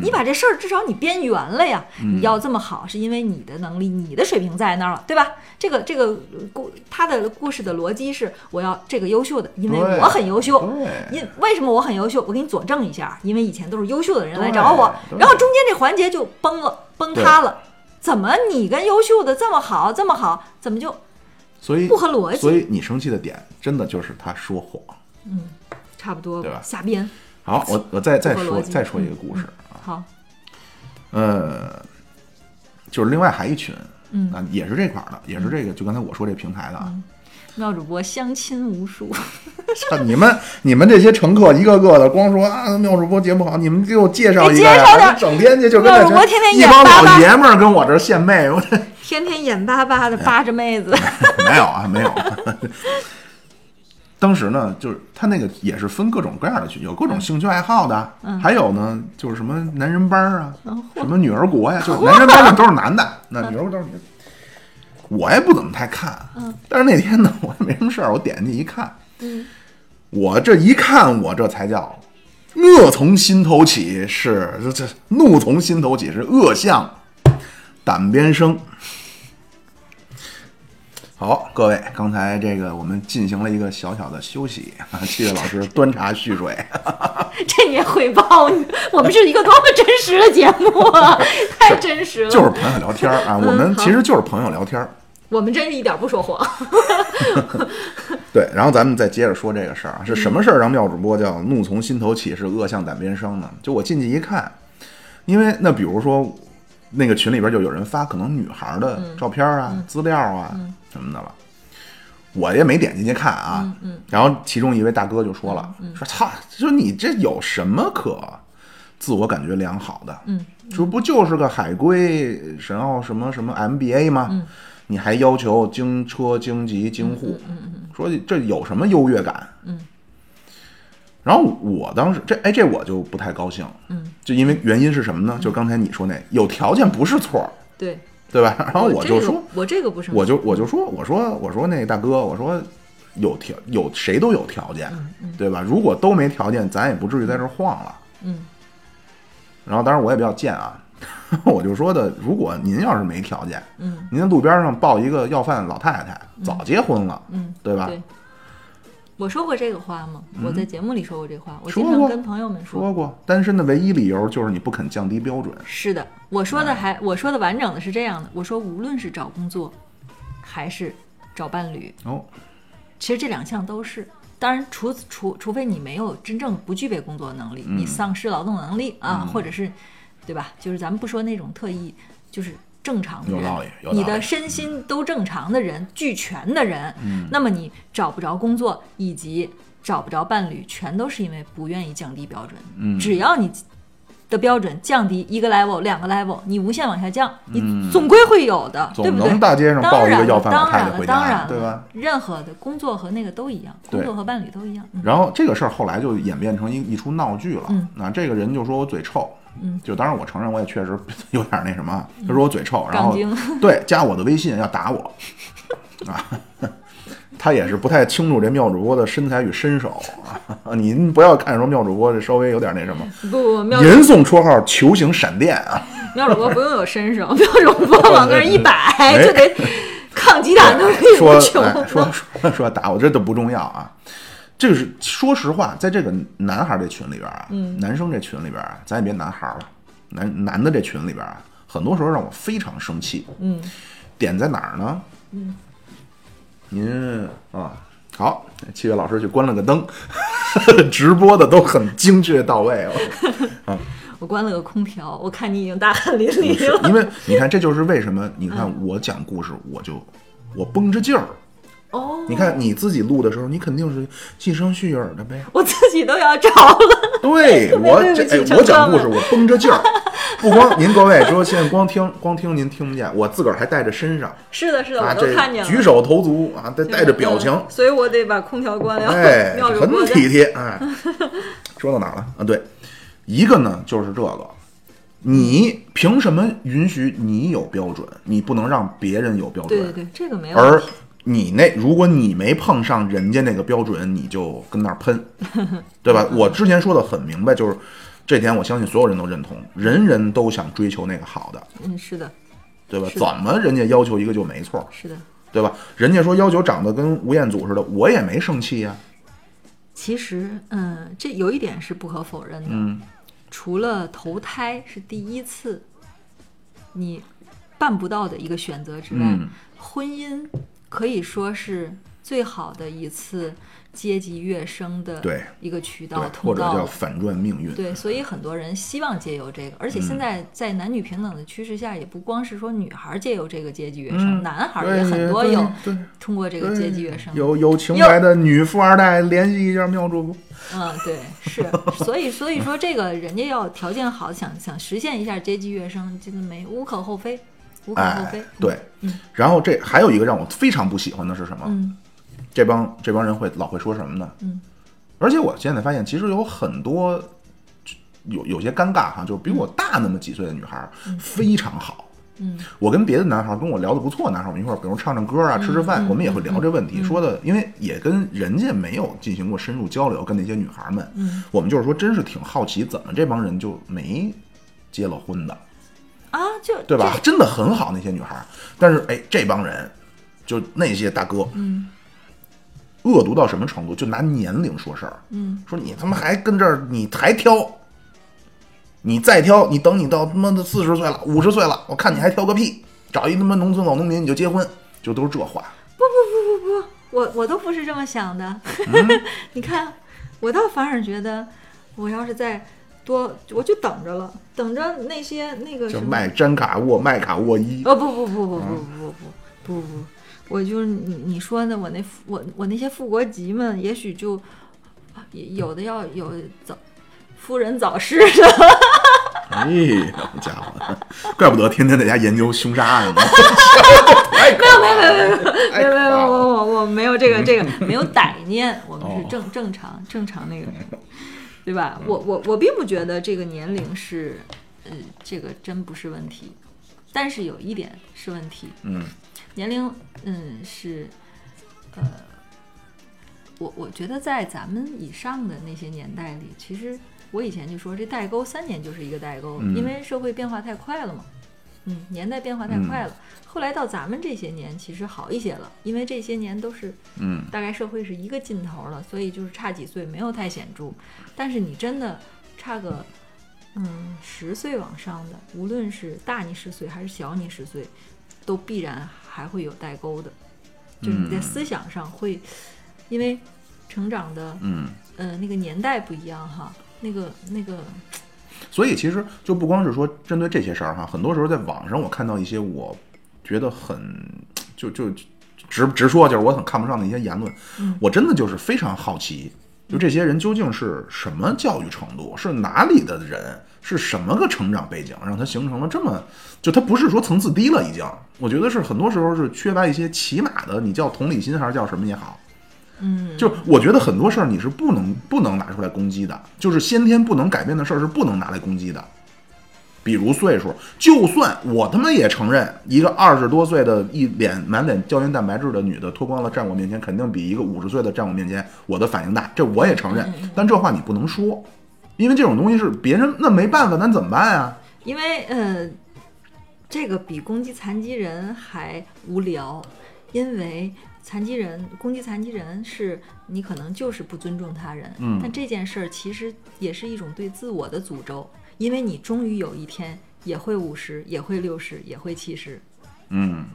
Speaker 3: 你把这事儿至少你编圆了呀。
Speaker 2: 嗯
Speaker 3: 你要这么好，是因为你的能力、你的水平在那儿了，对吧？这个这个呃故他的故事的逻辑是，我要这个优秀的，因为
Speaker 2: 对
Speaker 3: 我很优秀。
Speaker 2: 对
Speaker 3: 因为什么我很优秀？我给你佐证一下，因为以前都是优秀的人来找我
Speaker 2: 对，对
Speaker 3: 然后中间这环节就崩了，崩塌了。怎么你跟优秀的这么好，这么好，怎么就
Speaker 2: 所以
Speaker 3: 不合逻辑
Speaker 2: 所以你生气的点真的就是他说谎。
Speaker 3: 差不多
Speaker 2: 对吧
Speaker 3: 瞎编？
Speaker 2: 好，我我再再
Speaker 3: 不合
Speaker 2: 说
Speaker 3: 逻辑嗯
Speaker 2: 再说一个故事，
Speaker 3: 好，
Speaker 2: 呃，就是另外还一群，
Speaker 3: 嗯
Speaker 2: 啊，也是这块儿的，也是这个，就刚才我说这平台的啊，
Speaker 3: 妙主播相亲无
Speaker 2: <laughs>
Speaker 3: 数，
Speaker 2: 像你们你们这些乘客一个个的光说啊，妙主播节目好，你们给我介绍一个
Speaker 3: 哎给介绍点
Speaker 2: 呀，
Speaker 3: 儿
Speaker 2: 我整天就就跟那
Speaker 3: 妙主播
Speaker 2: 群
Speaker 3: 天天
Speaker 2: 一
Speaker 3: 眼
Speaker 2: 帮
Speaker 3: 巴
Speaker 2: 老
Speaker 3: 巴
Speaker 2: 爷们儿跟我这儿献媚，我这
Speaker 3: 天天眼巴巴的扒着妹子。
Speaker 2: <laughs> 没有啊，没有。当时呢，就是他那个也是分各种各样的群，有各种兴趣爱好的，啊还有呢就是什么男人班儿啊，什么女儿国呀、就是男人班的都是男的，那女儿国都是女的。我也不怎么太看，但是那天呢，我也没什么事儿，我点进去一看，我这一看，我这才叫恶从心头起，是这这怒从心头起，是恶向胆边生。好，各位，刚才这个我们进行了一个小小的休息，啊七月老师端茶续水。
Speaker 3: 这也汇报你，我们是一个多么真实的节目啊！太真实了，
Speaker 2: 就是朋友聊天儿啊，我们
Speaker 3: 好
Speaker 2: 其实就是朋友聊天儿。
Speaker 3: 我们真是一点不说谎。
Speaker 2: 对，然后咱们再接着说这个事儿啊，是什么事儿让妙主播叫怒从心头起，是恶向胆边生呢？就我进去一看，因为那比如说那个群里边就有人发可能女孩的照片啊、资料啊、什么的了，我也没点进去看啊。然后其中一位大哥就说了，说操，说你这有什么可自我感觉良好的？嗯，说不就是个海归，然后什么什么 MBA 吗？你还要求经车、经籍、经户，说这有什么优越感？嗯。然后我当时这哎这我就不太高兴，嗯，就因为原因是什么呢？就刚才你说那有条件不是错儿，
Speaker 3: <laughs> 对，
Speaker 2: 对吧？然后我就
Speaker 3: 哦这
Speaker 2: 说
Speaker 3: 个，我这个不是，
Speaker 2: 我就我就说，我说我说那大哥，我说有条有谁都有条件，对吧？如果都没条件，咱也不至于在这儿晃了。
Speaker 3: 嗯。
Speaker 2: 然后，当然我也比较贱啊， <laughs> 我就说的，如果您要是没条件，
Speaker 3: 嗯，
Speaker 2: 您在路边上抱一个要饭老太太，早结婚了，
Speaker 3: 嗯，
Speaker 2: 对吧？
Speaker 3: 对，我说过这个话吗？我在节目里说过这话，我
Speaker 2: 嗯说
Speaker 3: 经
Speaker 2: 过
Speaker 3: 常跟朋友们
Speaker 2: 说过，单身的唯一理由就是你不肯降低标准。
Speaker 3: 是的，我说
Speaker 2: 啊
Speaker 3: 的还我说的完整的是这样的，我说无论是找工作，还是找伴侣，
Speaker 2: 哦，
Speaker 3: 其实这两项都是。当然除，除除非你没有真正不具备工作能力，你
Speaker 2: 嗯
Speaker 3: 丧失劳动能力啊，或者是，对吧？就是咱们不说那种特异，就是正常的人，
Speaker 2: 有道理有道理
Speaker 3: 你的身
Speaker 2: 嗯
Speaker 3: 心都正常的人，俱全的人，那么你找不着工作以及找不着伴侣，全都是因为不愿意降低标准。
Speaker 2: 嗯
Speaker 3: 只要你的标准降低一个 level、两个 level，你无限往下降，你总归会有的，对
Speaker 2: 嗯总
Speaker 3: 不
Speaker 2: 能
Speaker 3: 对？
Speaker 2: 大街上抱一个要饭老
Speaker 3: 当
Speaker 2: 太
Speaker 3: 然
Speaker 2: 太
Speaker 3: 了，
Speaker 2: 回
Speaker 3: 当然
Speaker 2: 家，
Speaker 3: 了，
Speaker 2: 对吧？？
Speaker 3: 任何的工作和那个都一样，
Speaker 2: 对
Speaker 3: 工作和伴侣都一样。嗯
Speaker 2: 然后这个事儿后来就演变成一一出闹剧了。
Speaker 3: 嗯
Speaker 2: 那这个人就说我嘴臭，
Speaker 3: 嗯
Speaker 2: 就当然我承认我也确实 <laughs> 有点那什么，啊他说我嘴臭，然
Speaker 3: 杠
Speaker 2: 后
Speaker 3: 精
Speaker 2: <laughs> 对加我的微信要打我 <laughs> 啊。 <laughs> 他也是不太清楚这妙主播的身材与身手， <laughs> 啊您不要看说妙主播这稍微有点那什么，
Speaker 3: 不不，妙
Speaker 2: 人送绰号“球形闪电”啊，
Speaker 3: 妙主播不用有身手，妙主
Speaker 2: <laughs>
Speaker 3: 播往那儿一摆就得抗击打能力
Speaker 2: 哎说
Speaker 3: 无
Speaker 2: 哎
Speaker 3: 穷。
Speaker 2: 说说说打我，这都不重要啊。这个是说实话，在这个男孩这群里边啊，
Speaker 3: 嗯
Speaker 2: 男生这群里边啊，咱也别男孩了，男男的这群里边啊，很多时候让我非常生气。
Speaker 3: 嗯，
Speaker 2: 点在哪儿呢？嗯，您啊，好，七月老师去关了个灯， <laughs> 直播的都很精确到位哦。
Speaker 3: <laughs> 我关了个空调，我看 <laughs> 你已嗯经大汗淋漓
Speaker 2: 是
Speaker 3: 了。
Speaker 2: 因为你看，这就是为什么你看我讲故事，我就我绷着劲儿。
Speaker 3: 哦，
Speaker 2: 你看你自己录的时候，你肯定是既生蓄耳
Speaker 3: <laughs>
Speaker 2: 的呗。
Speaker 3: 我自己都要着了。 <laughs>
Speaker 2: 对
Speaker 3: 别
Speaker 2: 我
Speaker 3: 对不
Speaker 2: 这
Speaker 3: 起啊
Speaker 2: 哎，
Speaker 3: 陈
Speaker 2: 我讲
Speaker 3: 哥们
Speaker 2: 故事我绷着
Speaker 3: <laughs>
Speaker 2: 劲儿，不光您各位说现在光听光听您听不见，我自个儿还带着身上
Speaker 3: 是的，是的，
Speaker 2: 啊，
Speaker 3: 我
Speaker 2: 这
Speaker 3: 都看见了。
Speaker 2: 举手投足啊，带带着表情
Speaker 3: 嗯，所以我得把空调关了。
Speaker 2: 哎，
Speaker 3: <laughs> 妙主播
Speaker 2: 很
Speaker 3: 在
Speaker 2: 体贴
Speaker 3: <laughs>
Speaker 2: 哎。说到哪儿了啊？对，一个呢就是这个，你凭什么允许你有标准，你不能让别人有标准？
Speaker 3: 对对对，这个没有问
Speaker 2: 而
Speaker 3: 题。
Speaker 2: 你那，如果你没碰上人家那个标准，你就跟那
Speaker 3: <laughs>
Speaker 2: 儿喷，对吧？我之前说的很明白，就是这点，我相信所有人都认同，人人都想追求那个好的，
Speaker 3: 嗯，是的，
Speaker 2: 对吧？
Speaker 3: 是
Speaker 2: 怎
Speaker 3: 的
Speaker 2: 么人家要求一个就没错，
Speaker 3: 是的。
Speaker 2: 对吧？人家说要求长得跟吴彦祖似的，我也没生气呀、
Speaker 3: 其实，嗯，这有一点是不可否认的，
Speaker 2: 嗯
Speaker 3: 除了投胎是第一次你办不到的一个选择之外，
Speaker 2: 嗯
Speaker 3: 婚姻可以说是最好的一次阶级跃升的
Speaker 2: 对
Speaker 3: 一个渠
Speaker 2: 对
Speaker 3: 道，
Speaker 2: 或
Speaker 3: 通
Speaker 2: 者
Speaker 3: 道
Speaker 2: 叫反转命运，
Speaker 3: 对，所以很多人希望借由这个，而且
Speaker 2: 嗯
Speaker 3: 现在在男女平等的趋势下，也不光是说女孩儿借由这个阶级跃升，
Speaker 2: 嗯
Speaker 3: 男孩儿
Speaker 2: 对
Speaker 3: 也很多
Speaker 2: 对
Speaker 3: 有
Speaker 2: 对
Speaker 3: 通过这个阶级跃升。
Speaker 2: 有有情怀的女富二代联系一下妙主播，
Speaker 3: 嗯，对，是，所以所以说这个人家要条件好，想想实现一下阶级跃升，这个没无可厚非，无可厚
Speaker 2: 哎
Speaker 3: 非。，
Speaker 2: 对
Speaker 3: 嗯。
Speaker 2: 然后这还有一个让我非常不喜欢的是什么？
Speaker 3: 嗯，
Speaker 2: 这帮这帮人会老会说什么呢？
Speaker 3: 嗯，
Speaker 2: 而且我现在发现，其实有很多有有些尴尬哈，就是比我大那么几岁的女孩儿非常好。
Speaker 3: 嗯，
Speaker 2: 我跟别的男孩儿跟我聊得不错，的男孩儿我们一块儿比如唱唱歌啊、吃吃
Speaker 3: 嗯
Speaker 2: 饭，我们也会聊这问题，说的因为也跟人家没有进行过深入交流，跟那些女孩儿们，
Speaker 3: 嗯
Speaker 2: 我们就是说真是挺好奇，怎么这帮人就没结了婚的，
Speaker 3: 啊，就
Speaker 2: 对吧？？真的很好那些女孩儿，但是哎，这帮人就那些大哥，
Speaker 3: 嗯
Speaker 2: 恶毒到什么程度？就拿年龄说事儿，
Speaker 3: 嗯，
Speaker 2: 说你他妈还跟这儿，你还挑，你再挑，你等你到他妈的四十岁了、五十岁了，我看你还挑个屁，找一他妈农村老农民你就结婚，就都是这话。
Speaker 3: 我我都不是这么想的。
Speaker 2: 嗯
Speaker 3: <laughs> 你看，我倒反而觉得，我要是再多，我就等着了，等着那些那个
Speaker 2: 叫
Speaker 3: 什么
Speaker 2: 麦詹卡沃、麦卡沃伊，
Speaker 3: 哦不不不不不不不不不，我就是你你说的，我那富我我那些富国籍们，也许就也有的要有早夫人早逝的，
Speaker 2: 哎呦，好家伙，怪不得天天在家研究凶杀案呢。太可怕了
Speaker 3: <laughs> 没有没有，
Speaker 2: 太可怕了
Speaker 3: 我我我没有这个这个没有歹念，我们是正正常正常那个，对吧？我我我并不觉得这个年龄是呃这个真不是问题，但是有一点是问题，
Speaker 2: 嗯
Speaker 3: 年龄，嗯，是，呃，我我觉得在咱们以上的那些年代里，其实我以前就说这代沟三年就是一个代沟，
Speaker 2: 嗯
Speaker 3: 因为社会变化太快了嘛，嗯，年代变化太快了。后来到咱们这些年其实好一些了，因为这些年都是
Speaker 2: 嗯，
Speaker 3: 大概社会是一个尽头了，所以就是差几岁没有太显著。但是你真的差个嗯十岁往上的，无论是大你十岁还是小你十岁，都必然还会有代沟的，就是你在
Speaker 2: 嗯
Speaker 3: 思想上会因为成长的
Speaker 2: 嗯。
Speaker 3: 呃那个年代不一样哈，那个那个
Speaker 2: 所以其实就不光是说针对这些事儿哈，很多时候在网上我看到一些我觉得很就就直直说，就是我很看不上的一些言论，我真的就是非常好奇，就这些人究竟是什么教育程度，是哪里的人，是什么个成长背景，让他形成了这么就他不是说层次低了已经，我觉得是很多时候是缺乏一些起码的，你叫同理心还是叫什么也好，嗯，就我觉得很多事儿你是不能不能拿出来攻击的，就是先天不能改变的事儿是不能拿来攻击的。比如岁数，就算我他妈也承认，一个二十多岁的一脸满脸胶原蛋白质的女的脱光了站我面前，肯定比一个五十岁的站我面前我的反应大，这我也承认。但这话你不能说，因为这种东西是别人，那没办法，咱怎么办啊呀、
Speaker 3: 因为呃，这个比攻击残疾人还无聊，因为残疾人攻击残疾人是你可能就是不尊重他人，
Speaker 2: 嗯
Speaker 3: 但这件事儿其实也是一种对自我的诅咒，因为你终于有一天也会五十，也会六十，也会七十。
Speaker 2: 嗯，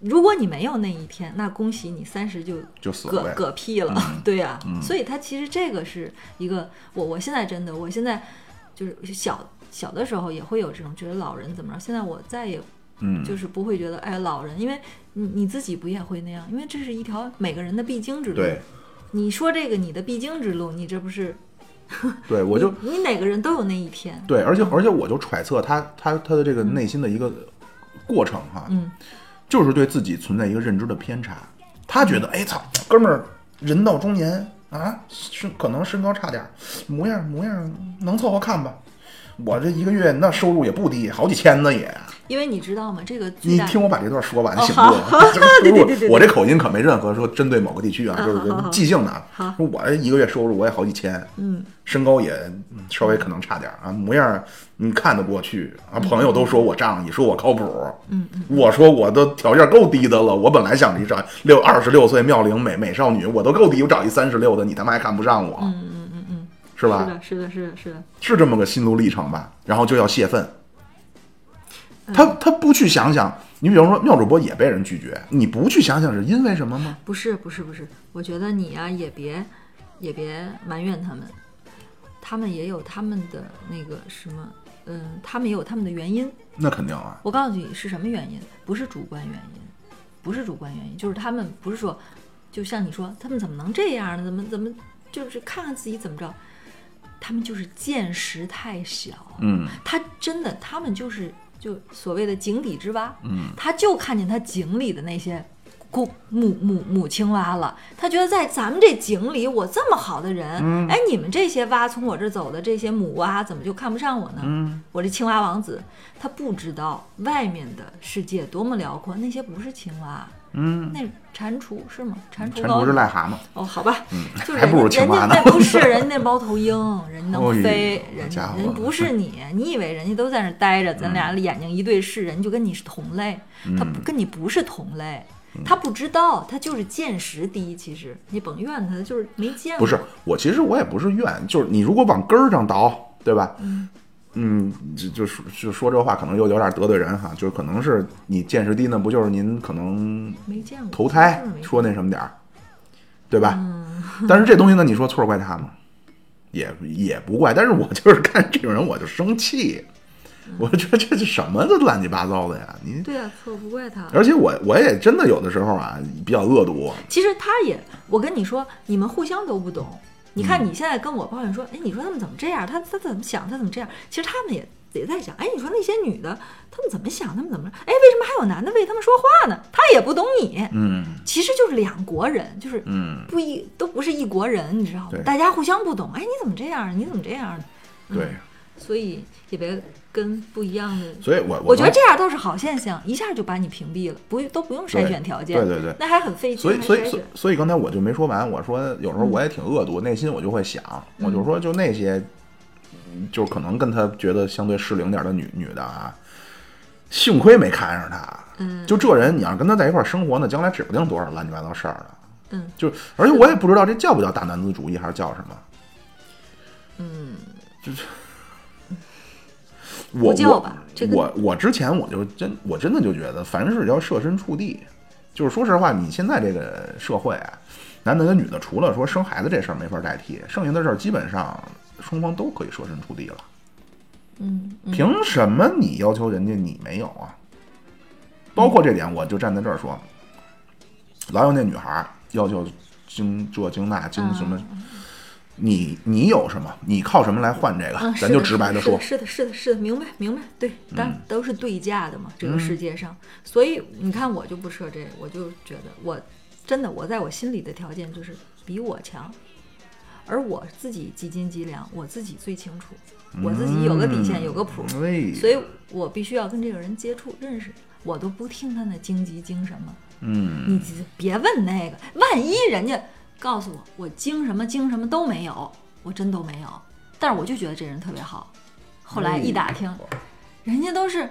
Speaker 3: 如果你没有那一天，那恭喜你三十就
Speaker 2: 就死了
Speaker 3: 嗝
Speaker 2: 呗
Speaker 3: 嗝屁了，
Speaker 2: 嗯
Speaker 3: <laughs> 对呀、所以他其实这个是一个我我现在真的我现在就是小小的时候也会有这种觉得老人怎么着，现在我再也
Speaker 2: 嗯，
Speaker 3: 就是不会觉得哎老人，因为你你自己不也会那样，因为这是一条每个人的必经之路。
Speaker 2: 对，
Speaker 3: 你说这个你的必经之路，你这不是
Speaker 2: 对，我就
Speaker 3: 你哪个人都有那一天，
Speaker 2: 对，而且而且我就揣测他他他的这个内心的一个过程哈，
Speaker 3: 嗯，
Speaker 2: 就是对自己存在一个认知的偏差。他觉得，
Speaker 3: 嗯
Speaker 2: 哎操，哥们儿，人到中年啊，身可能身高差点儿，模样模样能凑合看吧。我这一个月那收入也不低，好几千呢也。
Speaker 3: 因为你知道吗？这个巨
Speaker 2: 你
Speaker 3: 大
Speaker 2: 听我把这段说完，
Speaker 3: 哦
Speaker 2: 行
Speaker 3: 好
Speaker 2: 不？ <laughs> 就
Speaker 3: <laughs>
Speaker 2: 是
Speaker 3: 对对
Speaker 2: 我
Speaker 3: 对对
Speaker 2: 我这口音可没任何说针对某个地区啊，
Speaker 3: 啊
Speaker 2: 就是
Speaker 3: 好好好
Speaker 2: 即兴的啊。
Speaker 3: 好
Speaker 2: 说我这一个月收入我也好几千，
Speaker 3: 嗯，
Speaker 2: 身高也嗯稍微可能差点儿啊，模样儿你看得过去啊。朋友都说我仗义，说我靠谱，嗯，我说我的条件够低的了，我本来想着一找六二十六岁妙龄美美少女，我都够低，我找一三十六的，你他妈还看不上我，嗯嗯嗯嗯，是吧？
Speaker 3: 是的，是的，是的，是的，
Speaker 2: 是这么个心路历程吧，然后就要泄愤。他他不去想想，你比方说妙主播也被人拒绝，你不去想想是因为什么吗？
Speaker 3: 不是不是不是，我觉得你呀、也别也别埋怨他们，他们也有他们的那个什么，嗯，他们也有他们的原因。
Speaker 2: 那肯定啊，
Speaker 3: 我告诉你是什么原因，不是主观原因，不是主观原因，就是他们不是说，就像你说他们怎么能这样呢？怎么怎么就是看看自己怎么着，他们就是见识太小，
Speaker 2: 嗯
Speaker 3: 他真的他们就是就所谓的井底之蛙，
Speaker 2: 嗯，
Speaker 3: 他就看见他井里的那些公母母母青蛙了，他觉得在咱们这井里，我这么好的人，
Speaker 2: 嗯
Speaker 3: 哎，你们这些蛙从我这走的这些母蛙，怎么就看不上我呢？
Speaker 2: 嗯，
Speaker 3: 我这青蛙王子，他不知道外面的世界多么辽阔，那些不是青蛙，
Speaker 2: 嗯，
Speaker 3: 那蟾蜍是吗？蟾蜍
Speaker 2: 全
Speaker 3: 高
Speaker 2: 不是癞蛤蟆，
Speaker 3: 哦，好吧，就
Speaker 2: 嗯还
Speaker 3: 人
Speaker 2: 不如
Speaker 3: 家
Speaker 2: 青蛙
Speaker 3: 人
Speaker 2: 呢
Speaker 3: 家那不是人家那猫头鹰，人家能飞，
Speaker 2: 哎呦
Speaker 3: 人
Speaker 2: 家
Speaker 3: 家
Speaker 2: 伙嗯
Speaker 3: 人不是
Speaker 2: <laughs>
Speaker 3: 你，你以为人家都在那儿待着，咱俩眼睛一对视，人就跟你是同类，他不跟你不是同类，
Speaker 2: 嗯
Speaker 3: 他不知道，他就是见识低。其实你甭怨他，就是没见过。
Speaker 2: 不是，我其实我也不是怨，就是你如果往根儿上倒，对吧？嗯就就说就说这话可能又有点得罪人哈，就是可能是你见识低呢，不就是您可能
Speaker 3: 没见过
Speaker 2: 投
Speaker 3: 就
Speaker 2: 胎
Speaker 3: 是没见嗯过
Speaker 2: 说那什么点儿，对吧？但是这东西呢，你说错怪他吗？也也不怪，但是我就是看这种人我就生气，我觉得这是什么的乱七八糟的呀？你
Speaker 3: 对啊，错不怪他。
Speaker 2: 而且我我也真的有的时候啊比较恶毒，
Speaker 3: 其实他也，我跟你说，你们互相都不懂。你看
Speaker 2: 嗯
Speaker 3: 你现在跟我抱怨说，哎，你说他们怎么这样？他他怎么想？他怎么这样？其实他们也也在想，哎，你说那些女的，他们怎么想？他们怎么着？哎，为什么还有男的为他们说话呢？他也不懂你，
Speaker 2: 嗯
Speaker 3: 其实就是两国人，就是
Speaker 2: 嗯，
Speaker 3: 不一、都不是一国人，你知道吗
Speaker 2: 对？
Speaker 3: 大家互相不懂，哎，你怎么这样？你怎么这样？
Speaker 2: 对，
Speaker 3: 所以也别跟不一样的。
Speaker 2: 所以我
Speaker 3: 我觉得
Speaker 2: 能
Speaker 3: 这样倒是好现象，一下就把你屏蔽了，不都不用筛选条件，
Speaker 2: 对对对
Speaker 3: 那还很费劲，
Speaker 2: 所以，
Speaker 3: 还
Speaker 2: 所
Speaker 3: 筛
Speaker 2: 以，所以
Speaker 3: 选，嗯
Speaker 2: 所以刚才我就没说完。我说有时候我也挺恶毒，内心我就会想，我就说就那些，嗯就是可能跟他觉得相对适龄点的女女的啊，幸亏没看上他。
Speaker 3: 嗯
Speaker 2: 就这人，你要跟他在一块儿生活呢，将来指不定多少乱七八糟事儿呢。
Speaker 3: 嗯。
Speaker 2: 就而且我也不知道这叫不叫大男子主义，还是叫什么？嗯，就是。我
Speaker 3: 不叫吧这个
Speaker 2: 我我之前我就真我真的就觉得，凡事要设身处地。就是说实话，你现在这个社会啊，男的跟女的，除了说生孩子这事儿没法代替，剩下的事儿基本上双方都可以设身处地了。嗯，凭什么你要求人家你没有啊？包括这点，我就站在这儿说，
Speaker 3: 啊
Speaker 2: 老有那女孩儿要求经这经那经什么，你你有什么？你靠什么来换这个？
Speaker 3: 嗯，
Speaker 2: 啊咱就直白
Speaker 3: 的
Speaker 2: 的说，嗯
Speaker 3: 是的，是的，是的，明白，明白，对，当然都是对价的嘛，这个世界上，所以你看，我就不设这个，我就觉得我真的我在我心里的条件就是比我强，而我自己几斤几两，我自己最清楚，我自己有个底线，有个谱，
Speaker 2: 嗯哎
Speaker 3: 所以我必须要跟这个人接触认识，我都不听他那荆棘经什么，
Speaker 2: 嗯，
Speaker 3: 你别问那个，万一人家告诉我我经什么经什么都没有，我真都没有，但是我就觉得这人特别好。后来一打
Speaker 2: 哎
Speaker 3: 听，人家都是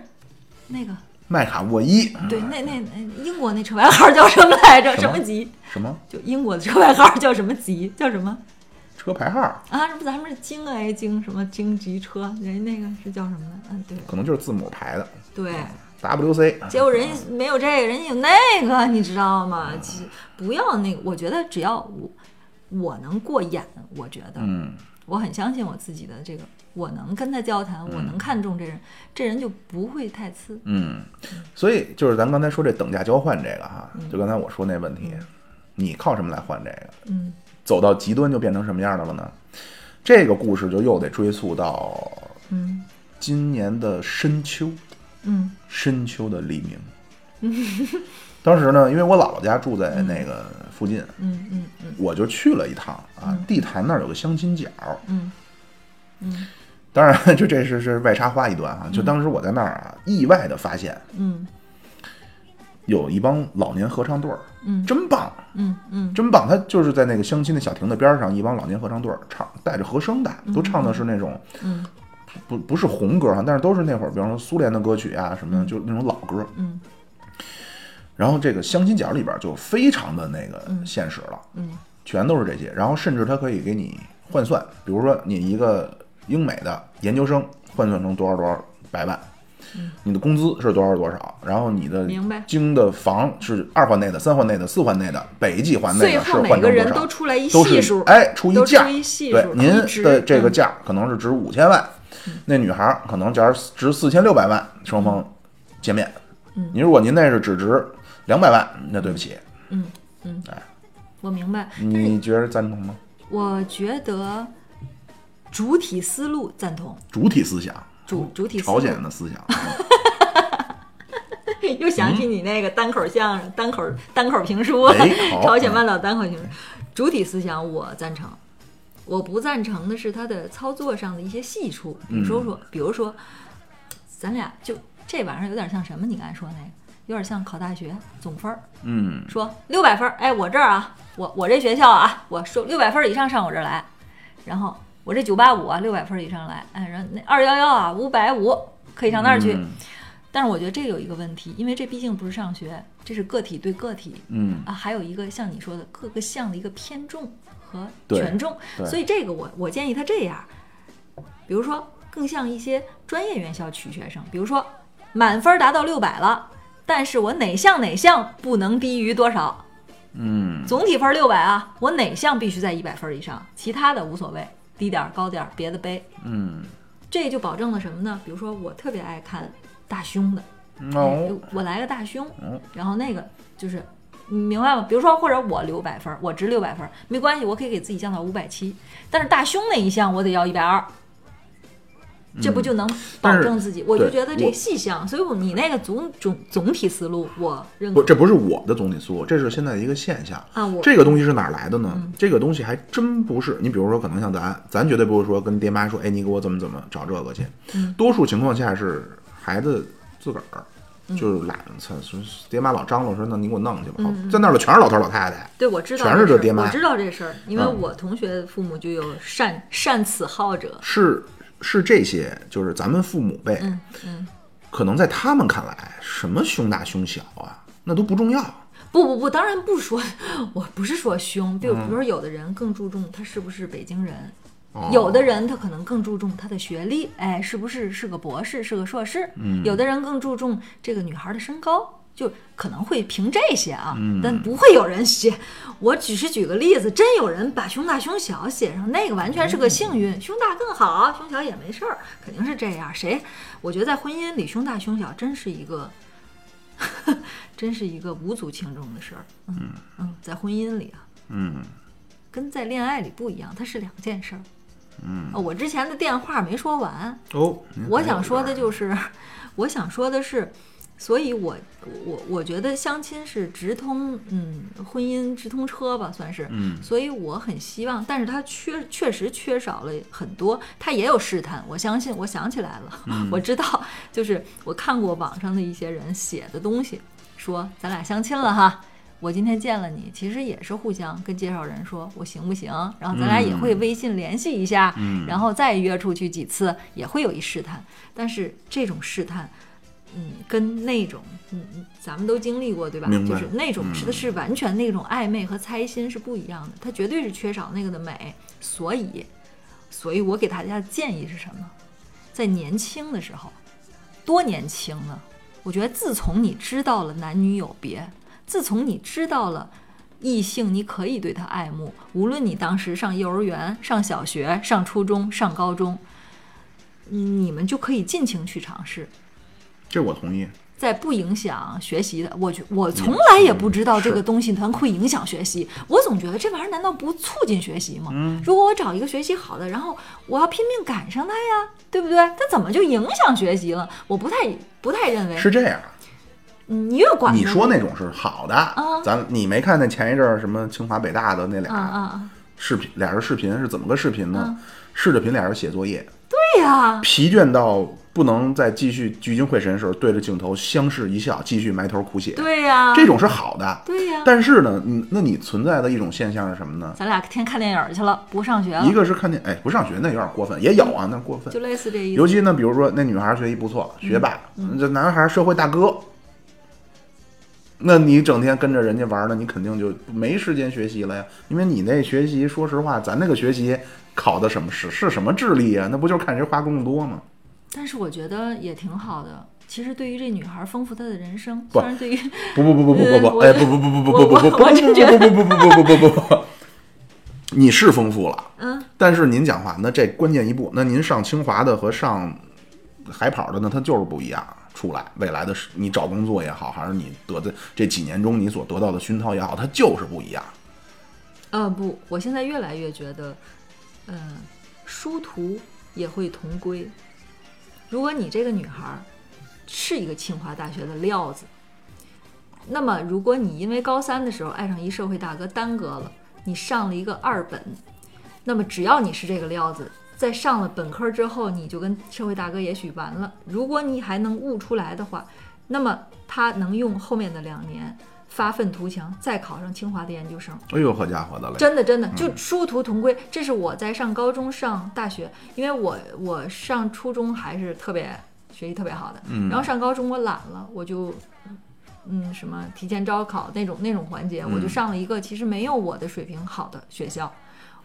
Speaker 3: 那个
Speaker 2: 麦卡沃伊，
Speaker 3: 对，那那那英国那车牌号叫什么来着？
Speaker 2: 嗯什
Speaker 3: 什
Speaker 2: 么
Speaker 3: 么吉？
Speaker 2: 什么
Speaker 3: 就英国的车牌号叫什么吉？叫什么
Speaker 2: 车牌号，
Speaker 3: 啊？这不咱们是京 A 京什么京吉车？人家那个是叫什么呢？嗯，对
Speaker 2: 可能就是字母排的
Speaker 3: 对。
Speaker 2: WC。
Speaker 3: 结果人家没有这个，人家有那个，你知道吗？其实不要那个，我觉得只要我我能过眼，我觉得
Speaker 2: 嗯，
Speaker 3: 我很相信我自己的这个，我能跟他交谈，我能看中这人，这人就不会太次。
Speaker 2: 嗯，所以就是咱刚才说这等价交换这个哈，就刚才我说那问题，你靠什么来换这个？
Speaker 3: 嗯，
Speaker 2: 走到极端就变成什么样的了呢？这个故事就又得追溯到
Speaker 3: 嗯
Speaker 2: 今年的深秋，
Speaker 3: 嗯
Speaker 2: 深秋的黎明。当时呢，因为我姥姥家住在那个附近，
Speaker 3: 嗯嗯嗯
Speaker 2: 我就去了一趟啊。地坛那儿有个相亲角，
Speaker 3: 嗯
Speaker 2: 当然就这是是外插花一段啊。就当时我在那儿啊，意外的发现
Speaker 3: 嗯
Speaker 2: 有一帮老年合唱队儿，
Speaker 3: 嗯
Speaker 2: 真棒，
Speaker 3: 嗯嗯
Speaker 2: 真棒！他就是在那个相亲的小亭子边儿上，一帮老年合唱队儿唱，带着和声的，都唱的是那种
Speaker 3: 嗯
Speaker 2: 不不是红歌哈，但是都是那会儿，比方说苏联的歌曲啊什么的，就那种老歌。
Speaker 3: 嗯。
Speaker 2: 然后这个相亲角里边就非常的那个现实了，
Speaker 3: 嗯
Speaker 2: 全都是这些。然后甚至它可以给你换算，比如说你一个英美的研究生换算成多少多少百万，你的工资是多少多少，然后你的
Speaker 3: 嗯明白
Speaker 2: 京的房是二环内的、三环内的、四环内的、北几环内
Speaker 3: 最
Speaker 2: 的是
Speaker 3: 后
Speaker 2: 换
Speaker 3: 每
Speaker 2: 成
Speaker 3: 个
Speaker 2: 多
Speaker 3: 人
Speaker 2: 少
Speaker 3: 都。出来一
Speaker 2: 都是
Speaker 3: 系数，
Speaker 2: 哎，出
Speaker 3: 都
Speaker 2: 一
Speaker 3: 出
Speaker 2: 价，
Speaker 3: 一系
Speaker 2: 对
Speaker 3: 数，
Speaker 2: 您
Speaker 3: 一值
Speaker 2: 的这个
Speaker 3: 嗯
Speaker 2: 价可能是值五千万，那女孩儿可能假如值四千六百万，双方见面。您如果您那是只值两百万，那对不起，
Speaker 3: 我明白。但是
Speaker 2: 你觉得赞同吗？
Speaker 3: 我觉得主体思路赞同，
Speaker 2: 主体思想，
Speaker 3: 主主体思
Speaker 2: 嗯朝
Speaker 3: 路
Speaker 2: 鲜的思想，
Speaker 3: <laughs> 又想起你那个单口相声、单口单口评书，
Speaker 2: 嗯
Speaker 3: <laughs>
Speaker 2: 哎好
Speaker 3: 朝鲜半岛单口评书。主体思想我赞成，我不赞成的是它的操作上的一些细处。你
Speaker 2: 嗯
Speaker 3: 说说，比如说，咱俩就这玩意儿有点像什么？你刚才说那个，有点像考大学总分儿。
Speaker 2: 嗯
Speaker 3: 说六百分儿，哎，我这儿啊，我我这学校啊，我说六百分儿以上上我这儿来，然后我这九八五啊，六百分儿以上来，哎，然后那二幺幺啊，五百五可以上那儿去。
Speaker 2: 嗯
Speaker 3: 但是我觉得这个有一个问题，因为这毕竟不是上学，这是个体对个体
Speaker 2: 嗯，
Speaker 3: 啊，还有一个像你说的各个项的一个偏重和
Speaker 2: 对
Speaker 3: 权重，
Speaker 2: 对
Speaker 3: 所以这个我我建议他这样，比如说更像一些专业院校取学生，比如说满分达到六百了，但是我哪项哪项不能低于多少，
Speaker 2: 嗯，
Speaker 3: 总体分六百啊，我哪项必须在一百分以上，其他的无所谓，低点儿高点儿别的背，
Speaker 2: 嗯，
Speaker 3: 这就保证了什么呢？比如说我特别爱看大胸的。哎
Speaker 2: 哦，
Speaker 3: 我来个大胸
Speaker 2: 嗯，
Speaker 3: 然后那个就是，你明白吗？比如说，或者我留百分儿，我值六百分儿，没关系，我可以给自己降到五百七，但是大胸那一项我得要一百二，这不就能保
Speaker 2: 嗯但是
Speaker 3: 证自己？我就
Speaker 2: 对
Speaker 3: 觉得这
Speaker 2: 我
Speaker 3: 细项，所以我你那个总总总体思路我认
Speaker 2: 不，
Speaker 3: 可
Speaker 2: 这不是我的总体思路，这是现在的一个现象。
Speaker 3: 啊，我
Speaker 2: 这个东西是哪儿来的呢？
Speaker 3: 嗯
Speaker 2: 这个东西还真不是。你比如说，可能像咱，咱绝对不会说跟爹妈说，哎，你给我怎么怎么找这个去。
Speaker 3: 嗯
Speaker 2: 多数情况下是孩子自个儿。
Speaker 3: 嗯
Speaker 2: 就是懒，操！说爹妈老张罗说，那你给我弄去吧。好
Speaker 3: 嗯
Speaker 2: 在那儿的全是老头老太太，
Speaker 3: 对我知道
Speaker 2: 全
Speaker 3: 这
Speaker 2: 是
Speaker 3: 事
Speaker 2: 这
Speaker 3: 儿，
Speaker 2: 爹妈
Speaker 3: 我知道这事儿，因为
Speaker 2: 嗯
Speaker 3: 我同学父母就有善善此好者，
Speaker 2: 是是这些，就是咱们父母辈，
Speaker 3: 嗯嗯。
Speaker 2: 可能在他们看来，什么胸大胸小啊，那都不重要。
Speaker 3: 不不不，当然不说， <laughs> 我不是说凶，
Speaker 2: 嗯
Speaker 3: 比如比如说有的人更注重他是不是北京人，
Speaker 2: 哦
Speaker 3: 有的人他可能更注重他的学历，哎，是不是是个博士，是个硕士，有的人更注重这个女孩的身高。就可能会凭这些啊，但不会有人写。我只是举个例子，真有人把胸大胸小写上，那个完全是个幸运，胸大更好，胸小也没事儿，肯定是这样。谁？我觉得在婚姻里，胸大胸小真是一个 <laughs> 真是一个无足轻重的事儿。嗯嗯，在婚姻里啊，
Speaker 2: 哦嗯，
Speaker 3: 跟在恋爱里不一样，它是两件事儿。嗯、我之前的电话没说完，
Speaker 4: 哦，
Speaker 2: 嗯
Speaker 3: 我想说的就是，我想说的是，所以我我我觉得相亲是直通嗯婚姻直通车吧，算是。
Speaker 2: 嗯
Speaker 3: 所以我很希望，但是它缺确实缺少了很多，它也有试探。我相信，我想起来了，我知道，就是我看过网上的一些人写的东西，说咱俩相亲了哈。我今天见了你，其实也是互相跟介绍人说我行不行，然后咱俩也会微信联系一下，
Speaker 2: 嗯
Speaker 3: 然后再约出去几次，也会有一试探。但是这种试探，嗯，跟那种，嗯，嗯咱们都经历过，对吧？
Speaker 2: 明白
Speaker 3: 就是那种是
Speaker 2: 嗯
Speaker 3: 是完全那种暧昧和猜心是不一样的，它绝对是缺少那个的美。所以，所以我给大家的建议是什么？在年轻的时候，多年轻呢？我觉得自从你知道了男女有别，自从你知道了异性，你可以对他爱慕，无论你当时上幼儿园、上小学、上初中、上高中，嗯你们就可以尽情去尝试，
Speaker 2: 这我同意。
Speaker 3: 在不影响学习的。我觉我从来也不知道这个东西它会影响学习，我总觉得这玩意儿难道不促进学习吗？
Speaker 2: 嗯
Speaker 3: 如果我找一个学习好的，然后我要拼命赶上他呀，对不对？它怎么就影响学习了？我不太不太认为。
Speaker 2: 是这样，
Speaker 3: 嗯你越管
Speaker 2: 你
Speaker 3: 它
Speaker 2: 说那种是好的，咱你没看那前一阵儿什么清华北大的那俩、
Speaker 3: 啊啊啊！
Speaker 2: 视频，俩人视频是怎么个视频呢？视着频俩人写作业，
Speaker 3: 对呀，
Speaker 2: 疲倦到不能再继续聚精会神的时候，对着镜头相视一笑，继续埋头苦写。
Speaker 3: 对呀，
Speaker 2: 这种是好的。
Speaker 3: 对啊呀
Speaker 2: 但是呢，嗯，那你存在的一种现象是什么呢？
Speaker 3: 咱俩天看电影去了，不上学了
Speaker 2: 一，个是看见，哎，不上学那有点过分，也有啊，那过分
Speaker 3: 就。类似这意
Speaker 2: 尤
Speaker 3: 思。
Speaker 2: 其呢，比如说那女孩学习不错，学霸，这男孩社会大哥，那你整天跟着人家玩呢，你肯定就没时间学习了呀。因为你那学习，说实话，咱那个学习考的什么是是什么智力呀？那不就是看谁花功夫多吗？
Speaker 3: 但是我觉得也挺好的。其实对于这女孩，丰富她的人生。
Speaker 2: 不
Speaker 3: 虽然对于
Speaker 2: 不不不不不不不，
Speaker 3: 我
Speaker 2: 哎，不不不不不不不不不不不不不不不不不，你是丰富了，
Speaker 3: 嗯，
Speaker 2: 但是您讲话，那这关键一步，那您上清华的和上海跑的呢，它就是不一样。出来未来的是你找工作也好，还是你得的这几年中你所得到的熏陶也好，它就是不一样。
Speaker 3: 呃不，我现在越来越觉得，嗯、殊途也会同归。如果你这个女孩儿是一个清华大学的料子，那么如果你因为高三的时候爱上一社会大哥耽搁了，你上了一个二本，那么只要你是这个料子，在上了本科之后，你就跟社会大哥也许完了。如果你还能悟出来的话，那么他能用后面的两年发愤图强，再考上清华的研究生。
Speaker 2: 哎呦，好家伙的嘞！
Speaker 3: 真的真的就殊途同归。这是我在上高中、上大学，因为我我上初中还是特别学习特别好的，
Speaker 2: 嗯
Speaker 3: 然后上高中我懒了，我就。嗯，什么提前招考那种那种环节，我就上了一个其实没有我的水平好的学校。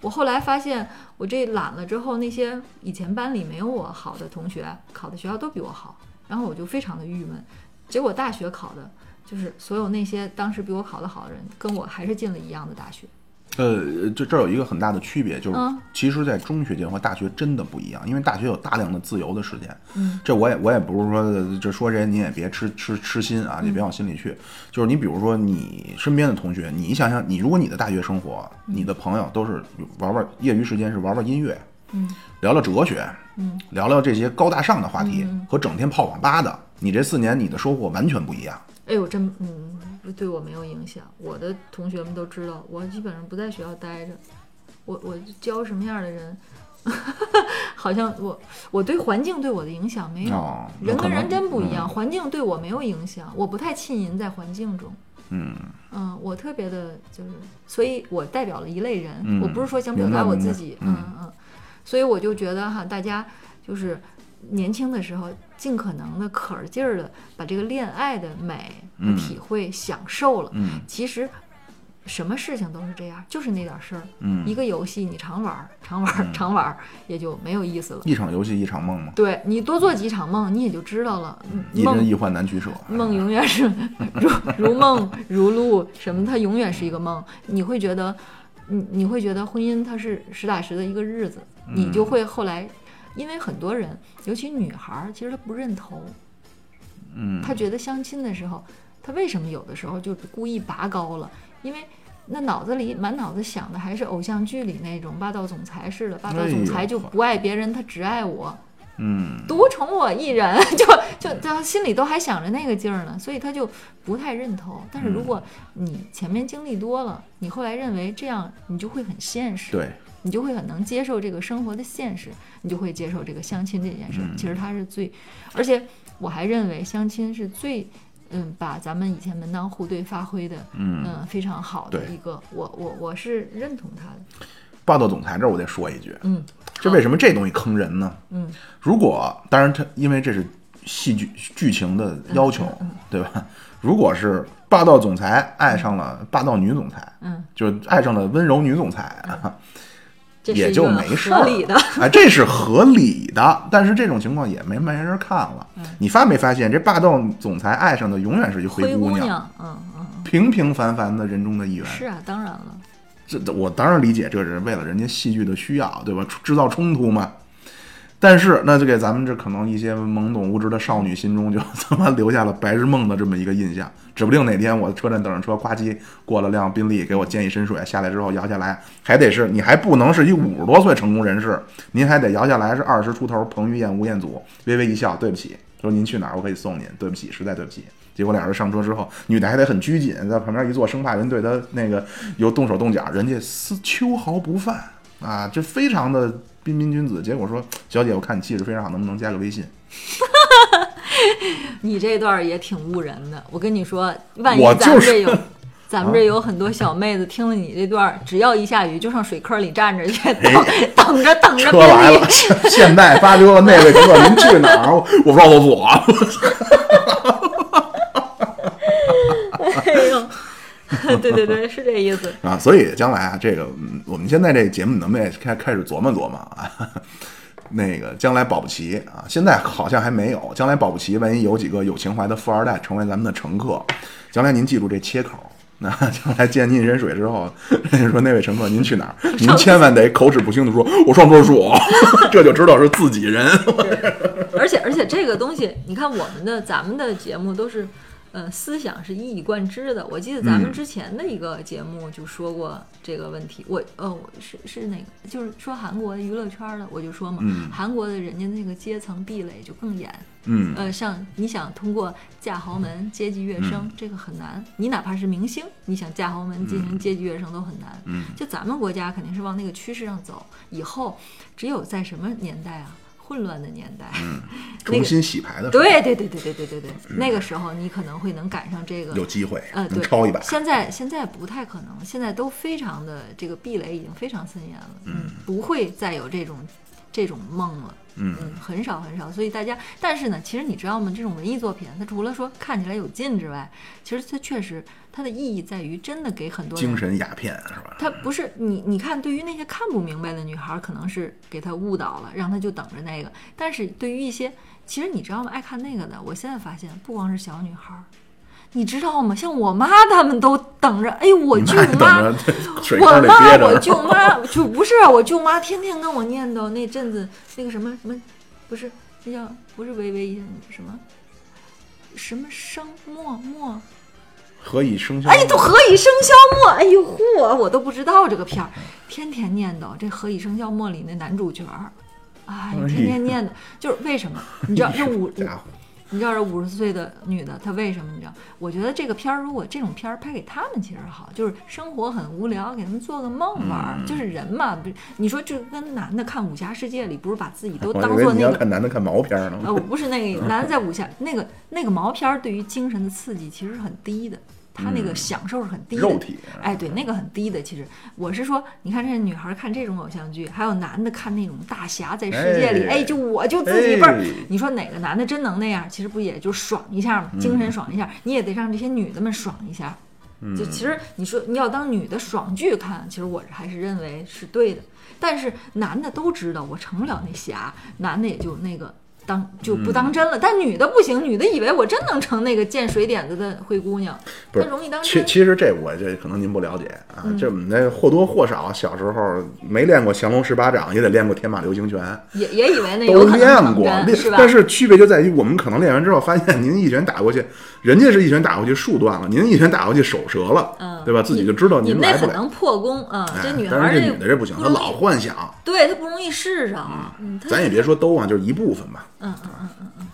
Speaker 3: 我后来发现，我这懒了之后，那些以前班里没有我好的同学，考的学校都比我好，然后我就非常的郁闷。结果大学考的，就是所有那些当时比我考得好的人，跟我还是进了一样的大学。
Speaker 2: 呃，这这有一个很大的区别，就是
Speaker 3: 嗯
Speaker 2: 其实，在中学阶段和大学真的不一样，因为大学有大量的自由的时间。嗯，这我也我也不是说这说谁，你也别吃吃吃心啊，也
Speaker 3: 嗯
Speaker 2: 别往心里去。就是你比如说你身边的同学，你想想，你如果你的大学生活，你的朋友都是玩玩业余时间是玩玩音乐，嗯，聊聊哲学，嗯，聊聊这些高大上的话
Speaker 3: 嗯
Speaker 2: 题，和整天泡网吧的，你这四年你的收获完全不一样。
Speaker 3: 哎呦，真嗯，对我没有影响。我的同学们都知道，我基本上不在学校待着，我我交什么样的人， <laughs> 好像我我对环境对我的影响没有，
Speaker 2: 哦那
Speaker 3: 哎人
Speaker 2: 可
Speaker 3: 跟
Speaker 2: 能嗯
Speaker 3: 人真不一样，环境对我没有影响，我不太浸淫在环境中。
Speaker 2: 嗯，
Speaker 3: 嗯，我特别的就是，所以我代表了一类人，
Speaker 2: 嗯
Speaker 3: 我不是说想表
Speaker 2: 明白
Speaker 3: 达我
Speaker 2: 明白
Speaker 3: 自己，嗯嗯所以我就觉得哈，大家就是年轻的时候，尽可能的可儿劲儿的把这个恋爱的美和
Speaker 2: 嗯
Speaker 3: 体会享受了。
Speaker 2: 嗯
Speaker 3: 其实什么事情都是这样，就是那点儿事儿。
Speaker 2: 嗯
Speaker 3: 一个游戏你常玩儿，常玩儿，常玩儿，也就没有意思了。
Speaker 2: 一场游戏一场梦嘛，
Speaker 3: 对你多做几场梦，你也就知道了。嗯
Speaker 2: 一
Speaker 3: 梦
Speaker 2: 人一幻难取舍。
Speaker 3: 梦永远是如 <laughs> 如梦如露，什么它永远是一个梦。你会觉得，你你会觉得婚姻它是实打实的一个日子，
Speaker 2: 嗯
Speaker 3: 你就会后来，因为很多人，尤其女孩儿，其实她不认同，
Speaker 2: 嗯，
Speaker 3: 她觉得相亲的时候，她为什么有的时候就故意拔高了？因为那脑子里满脑子想的还是偶像剧里那种霸道总裁似的，霸道总
Speaker 2: 哎
Speaker 3: 裁
Speaker 2: 呦
Speaker 3: 就不爱别人，他只爱我，
Speaker 2: 嗯，
Speaker 3: 独宠我一人， <laughs> 就就他心里都还想着那个劲儿呢，所以他就不太认头。但是
Speaker 2: 嗯
Speaker 3: 如果你前面经历多了，你后来认为这样，你就会很现实，
Speaker 2: 对，
Speaker 3: 你就会很能接受这个生活的现实，你就会接受这个相亲这件事
Speaker 2: 嗯
Speaker 3: 儿。其实它是最，而且我还认为相亲是最，嗯，把咱们以前门当户对发挥的，嗯非常好的
Speaker 2: 对
Speaker 3: 一个，我我我是认同他的，
Speaker 2: 霸道总裁这儿我得说一句，
Speaker 3: 嗯，
Speaker 2: 这为什么这东西坑人呢？
Speaker 3: 嗯，
Speaker 2: 如果当然它因为这是戏剧剧情的要求，
Speaker 3: 嗯
Speaker 2: <laughs> 对吧？如果是霸道总裁爱上了霸道女总裁，
Speaker 3: 嗯，
Speaker 2: 就爱上了温柔女总裁， <laughs>
Speaker 3: 这
Speaker 2: 也
Speaker 3: 是一
Speaker 2: 就
Speaker 3: 个
Speaker 2: 没事
Speaker 3: 合
Speaker 2: 儿
Speaker 3: 理的，
Speaker 2: 哎，这是合理的，但是这种情况也没没人看了。
Speaker 3: 嗯
Speaker 2: 你发没发现，这霸道总裁爱上的永远是一灰
Speaker 3: 灰姑
Speaker 2: 娘，
Speaker 3: 娘，嗯嗯，嗯
Speaker 2: 平平凡凡的人中的一员。
Speaker 3: 是啊，当然了，
Speaker 2: 这我当然理解，这是为了人家戏剧的需要，对吧？出制造冲突嘛。但是，那就给咱们这可能一些懵懂无知的少女心中就他妈留下了白日梦的这么一个印象。指不定哪天我车站等着车，呱唧过了辆宾利，给我溅一身水，下来之后摇下来，还得是你还不能是一五十多岁成功人士，您还得摇下来是二十出头彭于晏、吴彦祖，微微一笑，对不起，说您去哪儿我可以送您，对不起，实在对不起。结果俩人上车之后，女的还得很拘谨，在旁边一坐，生怕人对她那个有动手动脚，人家丝秋毫不犯啊，这非常的彬彬君子。结果说，小姐，我看你气质非常好，能不能加个微信？
Speaker 3: 你这段儿也挺误人的，我跟你说，万一
Speaker 2: 我
Speaker 3: 咱们
Speaker 2: 就是啊
Speaker 3: 这有。咱们这有很多小妹子听了你这段儿，只要一下雨就上水坑里站着去，
Speaker 2: <laughs>
Speaker 3: 等等着等着
Speaker 2: <laughs> 哎车
Speaker 3: 别
Speaker 2: 来
Speaker 3: 离
Speaker 2: 了， <laughs> 现代发车，那位哥哥您去哪儿？我不知道，我啊。
Speaker 3: 哎
Speaker 2: <laughs>
Speaker 3: 呦，对对对，是这意思。
Speaker 2: 啊，所以将来啊，这个嗯我们现在这节目能不能也开开始琢磨琢磨啊？那个将来保不齐啊，现在好像还没有，将来保不齐万一有几个有情怀的富二代成为咱们的乘客，将来您记住这切口。那 <laughs> 将来溅您一身水之后，人家说那位乘客您去哪儿？
Speaker 3: <laughs>
Speaker 2: 您千万得口齿不清的说，我上厕所，这就知道是自己人。
Speaker 3: 而且而且这个东西，你看我们的咱们的节目都是，呃，思想是一以贯之的。我记得咱们
Speaker 2: 嗯
Speaker 3: 之前的一个节目就说过这个问题，我呃我是是哪个，就是说韩国娱乐圈的，我就说嘛，
Speaker 2: 嗯
Speaker 3: 韩国的人家那个阶层壁垒就更严。
Speaker 2: 嗯，
Speaker 3: 呃，像你想通过嫁豪门阶级跃升，这个很难。你哪怕是明星，你想嫁豪门进行阶级跃升都很难。
Speaker 2: 嗯
Speaker 3: 就咱们国家肯定是往那个趋势上走。以后只有在什么年代啊？混乱的年代，那
Speaker 2: 重
Speaker 3: 个
Speaker 2: 新洗牌的时候
Speaker 3: 对对对对对对对对，那个时候你可能会能赶上这个
Speaker 2: 有机会
Speaker 3: 呃，
Speaker 2: 能
Speaker 3: 对，
Speaker 2: 超一把。
Speaker 3: 现在现在不太可能，现在都非常的这个壁垒已经非常森严了，嗯，不会再有这种这种梦了。
Speaker 2: 嗯
Speaker 3: 很少很少，所以大家，但是呢，其实你知道吗？这种文艺作品，它除了说看起来有劲之外，其实它确实它的意义在于真的给很多人
Speaker 2: 精神鸦片是吧？
Speaker 3: 他不是你，你看，对于那些看不明白的女孩儿，可能是给她误导了，让她就等着那个。但是对于一些，其实你知道吗？爱看那个的，我现在发现不光是小女孩儿，你知道吗？像我妈她们都等着，哎，我
Speaker 2: 你
Speaker 3: 舅
Speaker 2: 妈等
Speaker 3: 妈，
Speaker 2: 着水
Speaker 3: 我
Speaker 2: 坑里憋
Speaker 3: 妈，
Speaker 2: 着
Speaker 3: 我
Speaker 2: <laughs> 呢。
Speaker 3: 舅妈就不是啊我舅妈，天天跟我念叨那阵子那个什么什么，不是那叫不是微微一什么什么生默默。
Speaker 2: 何以笙箫？
Speaker 3: 哎，都何以笙箫默？哎呦嚯，我都不知道这个片儿，天天念叨这《何以笙箫默》里那男主角儿，哎，天天念叨，就是为什么？你
Speaker 2: <laughs>
Speaker 3: 知道这五，
Speaker 2: 家伙，
Speaker 3: 你知道这五十岁的女的她为什么？你知道？我觉得这个片儿如果这种片儿拍给他们其实好，就是生活很无聊，给他们做个梦玩
Speaker 2: 嗯
Speaker 3: 儿，就是人嘛，不是你说这跟男的看武侠世界里，不是把自己都
Speaker 2: 我
Speaker 3: 当
Speaker 2: 以为
Speaker 3: 做
Speaker 2: 你
Speaker 3: 那
Speaker 2: 要
Speaker 3: 个
Speaker 2: 看男的看毛片儿
Speaker 3: 呃，
Speaker 2: 呢。
Speaker 3: 我不是那个男的在武侠那个那个毛片儿，对于精神的刺激其实是很低的，他那个享受是很低的。
Speaker 2: 嗯肉体
Speaker 3: 哎，对，那个很低的。其实我是说，你看这女孩看这种偶像剧，还有男的看那种大侠在世界里，
Speaker 2: 哎
Speaker 3: 哎，就我就自己倍儿、
Speaker 2: 哎
Speaker 3: 你说哪个男的真能那样？其实不也就爽一下嘛，精神爽一下，你也得让这些女的们爽一下。
Speaker 2: 嗯
Speaker 3: 就其实你说你要当女的爽剧看，其实我还是认为是对的。但是男的都知道我成不了那侠，男的也就那个当就不
Speaker 2: 嗯
Speaker 3: 当真了。但女的不行，女的以为我真能成那个见水点子的灰姑娘，
Speaker 2: 不
Speaker 3: 她
Speaker 2: 是
Speaker 3: 容易当
Speaker 2: 啊其
Speaker 3: 真。
Speaker 2: 其实这我这可能您不了解啊，
Speaker 3: 嗯
Speaker 2: 这我们这或多或少小时候没练过降龙十八掌，也得练过天马流星拳，
Speaker 3: 也也以为那有
Speaker 2: 都
Speaker 3: 可能
Speaker 2: 练
Speaker 3: 成
Speaker 2: 过。
Speaker 3: 真，
Speaker 2: 练
Speaker 3: 是吧？
Speaker 2: 但是区别就在于我们可能练完之后发现，您一拳打过去，人家是一拳打过去树断了，您一拳打过去手折了，
Speaker 3: 嗯
Speaker 2: 对吧？自己就知道
Speaker 3: 你
Speaker 2: 您
Speaker 3: 们
Speaker 2: 来
Speaker 3: 那
Speaker 2: 不
Speaker 3: 很
Speaker 2: 了。
Speaker 3: 能破功啊、
Speaker 2: 哎
Speaker 3: 这女孩
Speaker 2: 但
Speaker 3: 儿
Speaker 2: 是这女的这不行，
Speaker 3: 不
Speaker 2: 她
Speaker 3: 容易
Speaker 2: 老幻想，
Speaker 3: 对她不容易试上，嗯，她
Speaker 2: 咱也别说都啊，就是一部分吧。
Speaker 3: 嗯嗯嗯嗯嗯，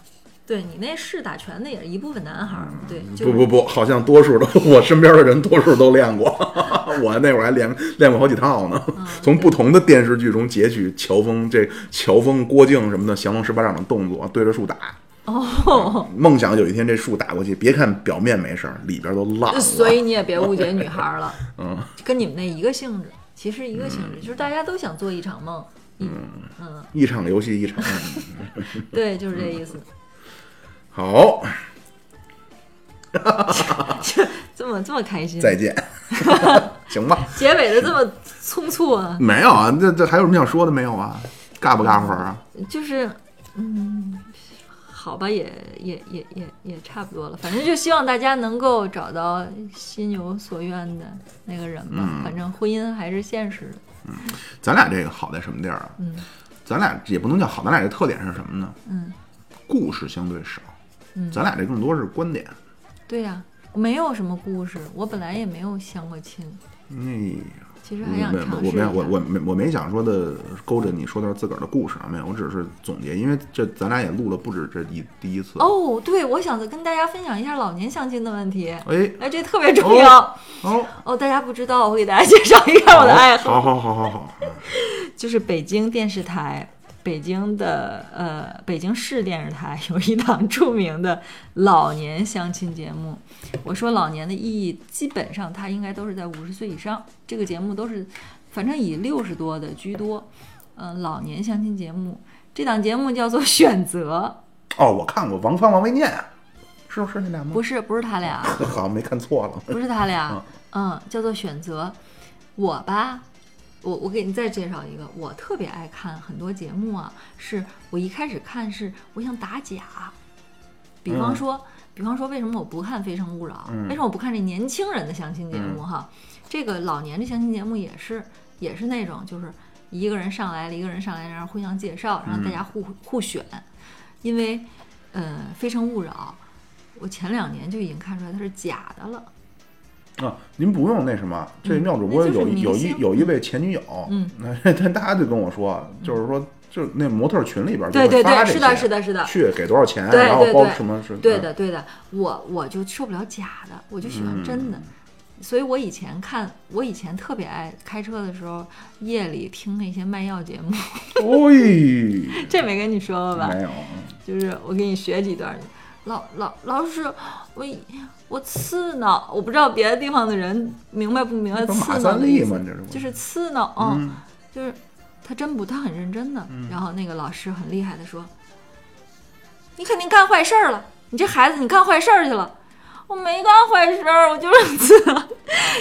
Speaker 3: 对你那是打拳的也是一部分男孩儿，对，就
Speaker 2: 嗯不不不，好像多数都 <laughs> 我身边的人多数都练过， <laughs> 我那会儿还练练过好几套呢，从不同的电视剧中截取乔峰这乔峰、郭靖什么的降龙十八掌的动作，对着树打。
Speaker 3: <laughs> 哦，
Speaker 2: 梦想有一天这树打过去，别看表面没事儿，里边都烂了。
Speaker 3: 所以你也别误解女孩儿了，
Speaker 2: <laughs> 嗯，
Speaker 3: 跟你们那一个性质，其实一个性质，就是大家都想做一场
Speaker 2: <laughs>
Speaker 3: 梦，嗯嗯，
Speaker 2: 一场游戏一场嗯梦。
Speaker 3: 对，就是这意
Speaker 2: 嗯
Speaker 3: 思，
Speaker 2: 好，
Speaker 3: 这么这么开心，
Speaker 2: 再见， <laughs> 行吧？
Speaker 3: 结尾的这么匆促啊，
Speaker 2: 没有啊，这这还有什么想说的没有啊？尬不尬乎啊？
Speaker 3: 就是嗯。好吧，也也也也也差不多了，反正就希望大家能够找到心有所愿的那个人吧。
Speaker 2: 嗯
Speaker 3: 反正婚姻还是现实的，
Speaker 2: 咱俩这个好在什么地儿啊？
Speaker 3: 嗯，
Speaker 2: 咱俩也不能叫好，咱俩这特点是什么呢？
Speaker 3: 嗯，
Speaker 2: 故事相对少，
Speaker 3: 嗯
Speaker 2: 咱俩这更多是观点。
Speaker 3: 对呀、我没有什么故事，我本来也没有相过亲，
Speaker 2: 那
Speaker 3: 其实
Speaker 2: 我
Speaker 3: 嗯还想
Speaker 2: 嗯没
Speaker 3: 尝试
Speaker 2: 我
Speaker 3: 一
Speaker 2: 没
Speaker 3: 下。
Speaker 2: 有我我没我没想说的勾着你说的是自个儿的故事啊，没有，我只是总结，因为这咱俩也录了不止这一第一次。
Speaker 3: 哦，对，我想跟大家分享一下老年相亲的问题，
Speaker 2: 哎
Speaker 3: 哎，这特别重要哦
Speaker 2: 哦，
Speaker 3: 大家不知道，我给大家介绍一下我的哎爱好，
Speaker 2: 好好好好好，嗯
Speaker 3: 就是北京电视台。北京的呃，北京市电视台 <laughs> 有一档著名的老年相亲节目。我说老年的意义，基本上它应该都是在五十岁以上。这个节目都是，反正以六十多的居多。嗯、老年相亲节目，这档节目叫做《选择
Speaker 2: 哦，我看过王芳、王维念啊，是不是那俩》，吗
Speaker 3: 不？是不是他俩，啊
Speaker 2: <laughs> 好像没看错了。
Speaker 3: 不是他俩，嗯，叫做选择。我吧，我我给你再介绍一个，我特别爱看很多节目啊，是我一开始看是我想打假，比方
Speaker 2: 嗯
Speaker 3: 说，比方说为什么我不看《非诚勿扰》
Speaker 2: 嗯
Speaker 3: 为什么我不看这年轻人的相亲节目哈？这个老年的相亲节目也是也是那种就是一个人上来了，一个人上来，然后互相介绍，然后
Speaker 2: 嗯
Speaker 3: 大家互、互选，因为呃《非诚勿扰》。我前两年就已经看出来它是假的了，
Speaker 2: 啊，您不用那什么，这
Speaker 3: 嗯
Speaker 2: 妙主播
Speaker 3: 那就是
Speaker 2: 有一、
Speaker 3: 明
Speaker 2: 有一
Speaker 3: 星
Speaker 2: 有一位前女友，
Speaker 3: 嗯，
Speaker 2: 那他他就跟我说，啊就是说，就是那模特群里边儿就
Speaker 3: 对
Speaker 2: 会
Speaker 3: 对
Speaker 2: 发
Speaker 3: 对，
Speaker 2: 这
Speaker 3: 是的，
Speaker 2: 些
Speaker 3: 是的，是的，
Speaker 2: 去给多少钱，啊
Speaker 3: 对
Speaker 2: 然后
Speaker 3: 对
Speaker 2: 包
Speaker 3: 对
Speaker 2: 什么是，
Speaker 3: 对
Speaker 2: 嗯，
Speaker 3: 的，对的，我我就受不了假的，我就喜欢真的。所以我以前看，我以前特别爱开车的时候夜里听那些卖药节目，
Speaker 2: 哎，
Speaker 3: 这没跟你说过吧？
Speaker 2: 没有，啊
Speaker 3: 就是我给你学几段儿。老老老师，我我刺挠，我不知道别的地方的人明白不明白
Speaker 2: 不是
Speaker 3: 呃刺
Speaker 2: 马
Speaker 3: 挠
Speaker 2: 三
Speaker 3: 的
Speaker 2: 立
Speaker 3: 意
Speaker 2: 吗
Speaker 3: 思？？
Speaker 2: 这是不
Speaker 3: 就是刺挠，嗯，
Speaker 2: 嗯
Speaker 3: 就是他真不，他很认真的。然后那个老师很厉害的说：“你肯定干坏事儿了，你这孩子你干坏事儿去了。”我没干坏事儿，我就是刺挠。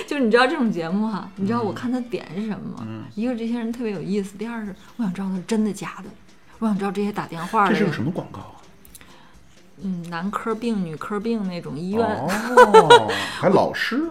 Speaker 3: 就是你知道这种节目哈、你知道
Speaker 2: 嗯
Speaker 3: 我看他点是什么吗？一个是这些人特别有意思，第二是我想知道他是真的假的，我想知道这些打电话的
Speaker 2: 这
Speaker 3: 人
Speaker 2: 是个什么广告啊？
Speaker 3: 嗯，男科病、女科病那种医院， <laughs>
Speaker 2: 哦，还老师，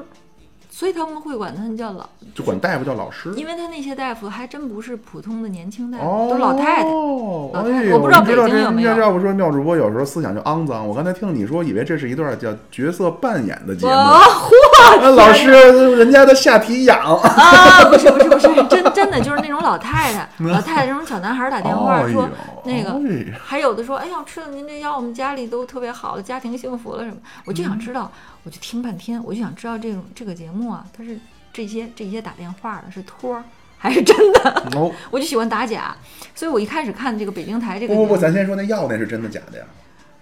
Speaker 3: 所以他们会管他们叫老，
Speaker 2: 就管大夫叫老师，
Speaker 3: 因为他那些大夫还真不是普通的年轻大夫，
Speaker 2: 哦，
Speaker 3: 都老太太。老太太
Speaker 2: 哎呦，
Speaker 3: 我不知道
Speaker 2: 你
Speaker 3: 北京有没有
Speaker 2: 这要不说妙主播有时候思想就肮脏，我刚才听你说，以为这是一段叫角色扮演的节目。
Speaker 3: 哦，
Speaker 2: <laughs> 哎老师，人家的下体痒。
Speaker 3: <laughs>
Speaker 2: <laughs>
Speaker 3: 啊，不是不是不是，真真的就是那种老太太，老太太这种小男孩
Speaker 2: <laughs>
Speaker 3: 儿打电话
Speaker 2: 哎
Speaker 3: 说、
Speaker 2: 呦
Speaker 3: 那个
Speaker 2: 哎呀
Speaker 3: 还有的说，哎呀，吃了您这药，我们家里都特别好了，家庭幸福了什么？我就
Speaker 2: 嗯
Speaker 3: 想知道，我就听半天，我就想知道这种这个节目啊，它是这些这些打电话的是托儿还是真的？ <laughs>
Speaker 2: 哦，
Speaker 3: 我就喜欢打假，所以我一开始看这个北京台这
Speaker 2: 不
Speaker 3: 个
Speaker 2: 不
Speaker 3: 节
Speaker 2: 不，
Speaker 3: 目
Speaker 2: 咱先说那药那是真的假的呀？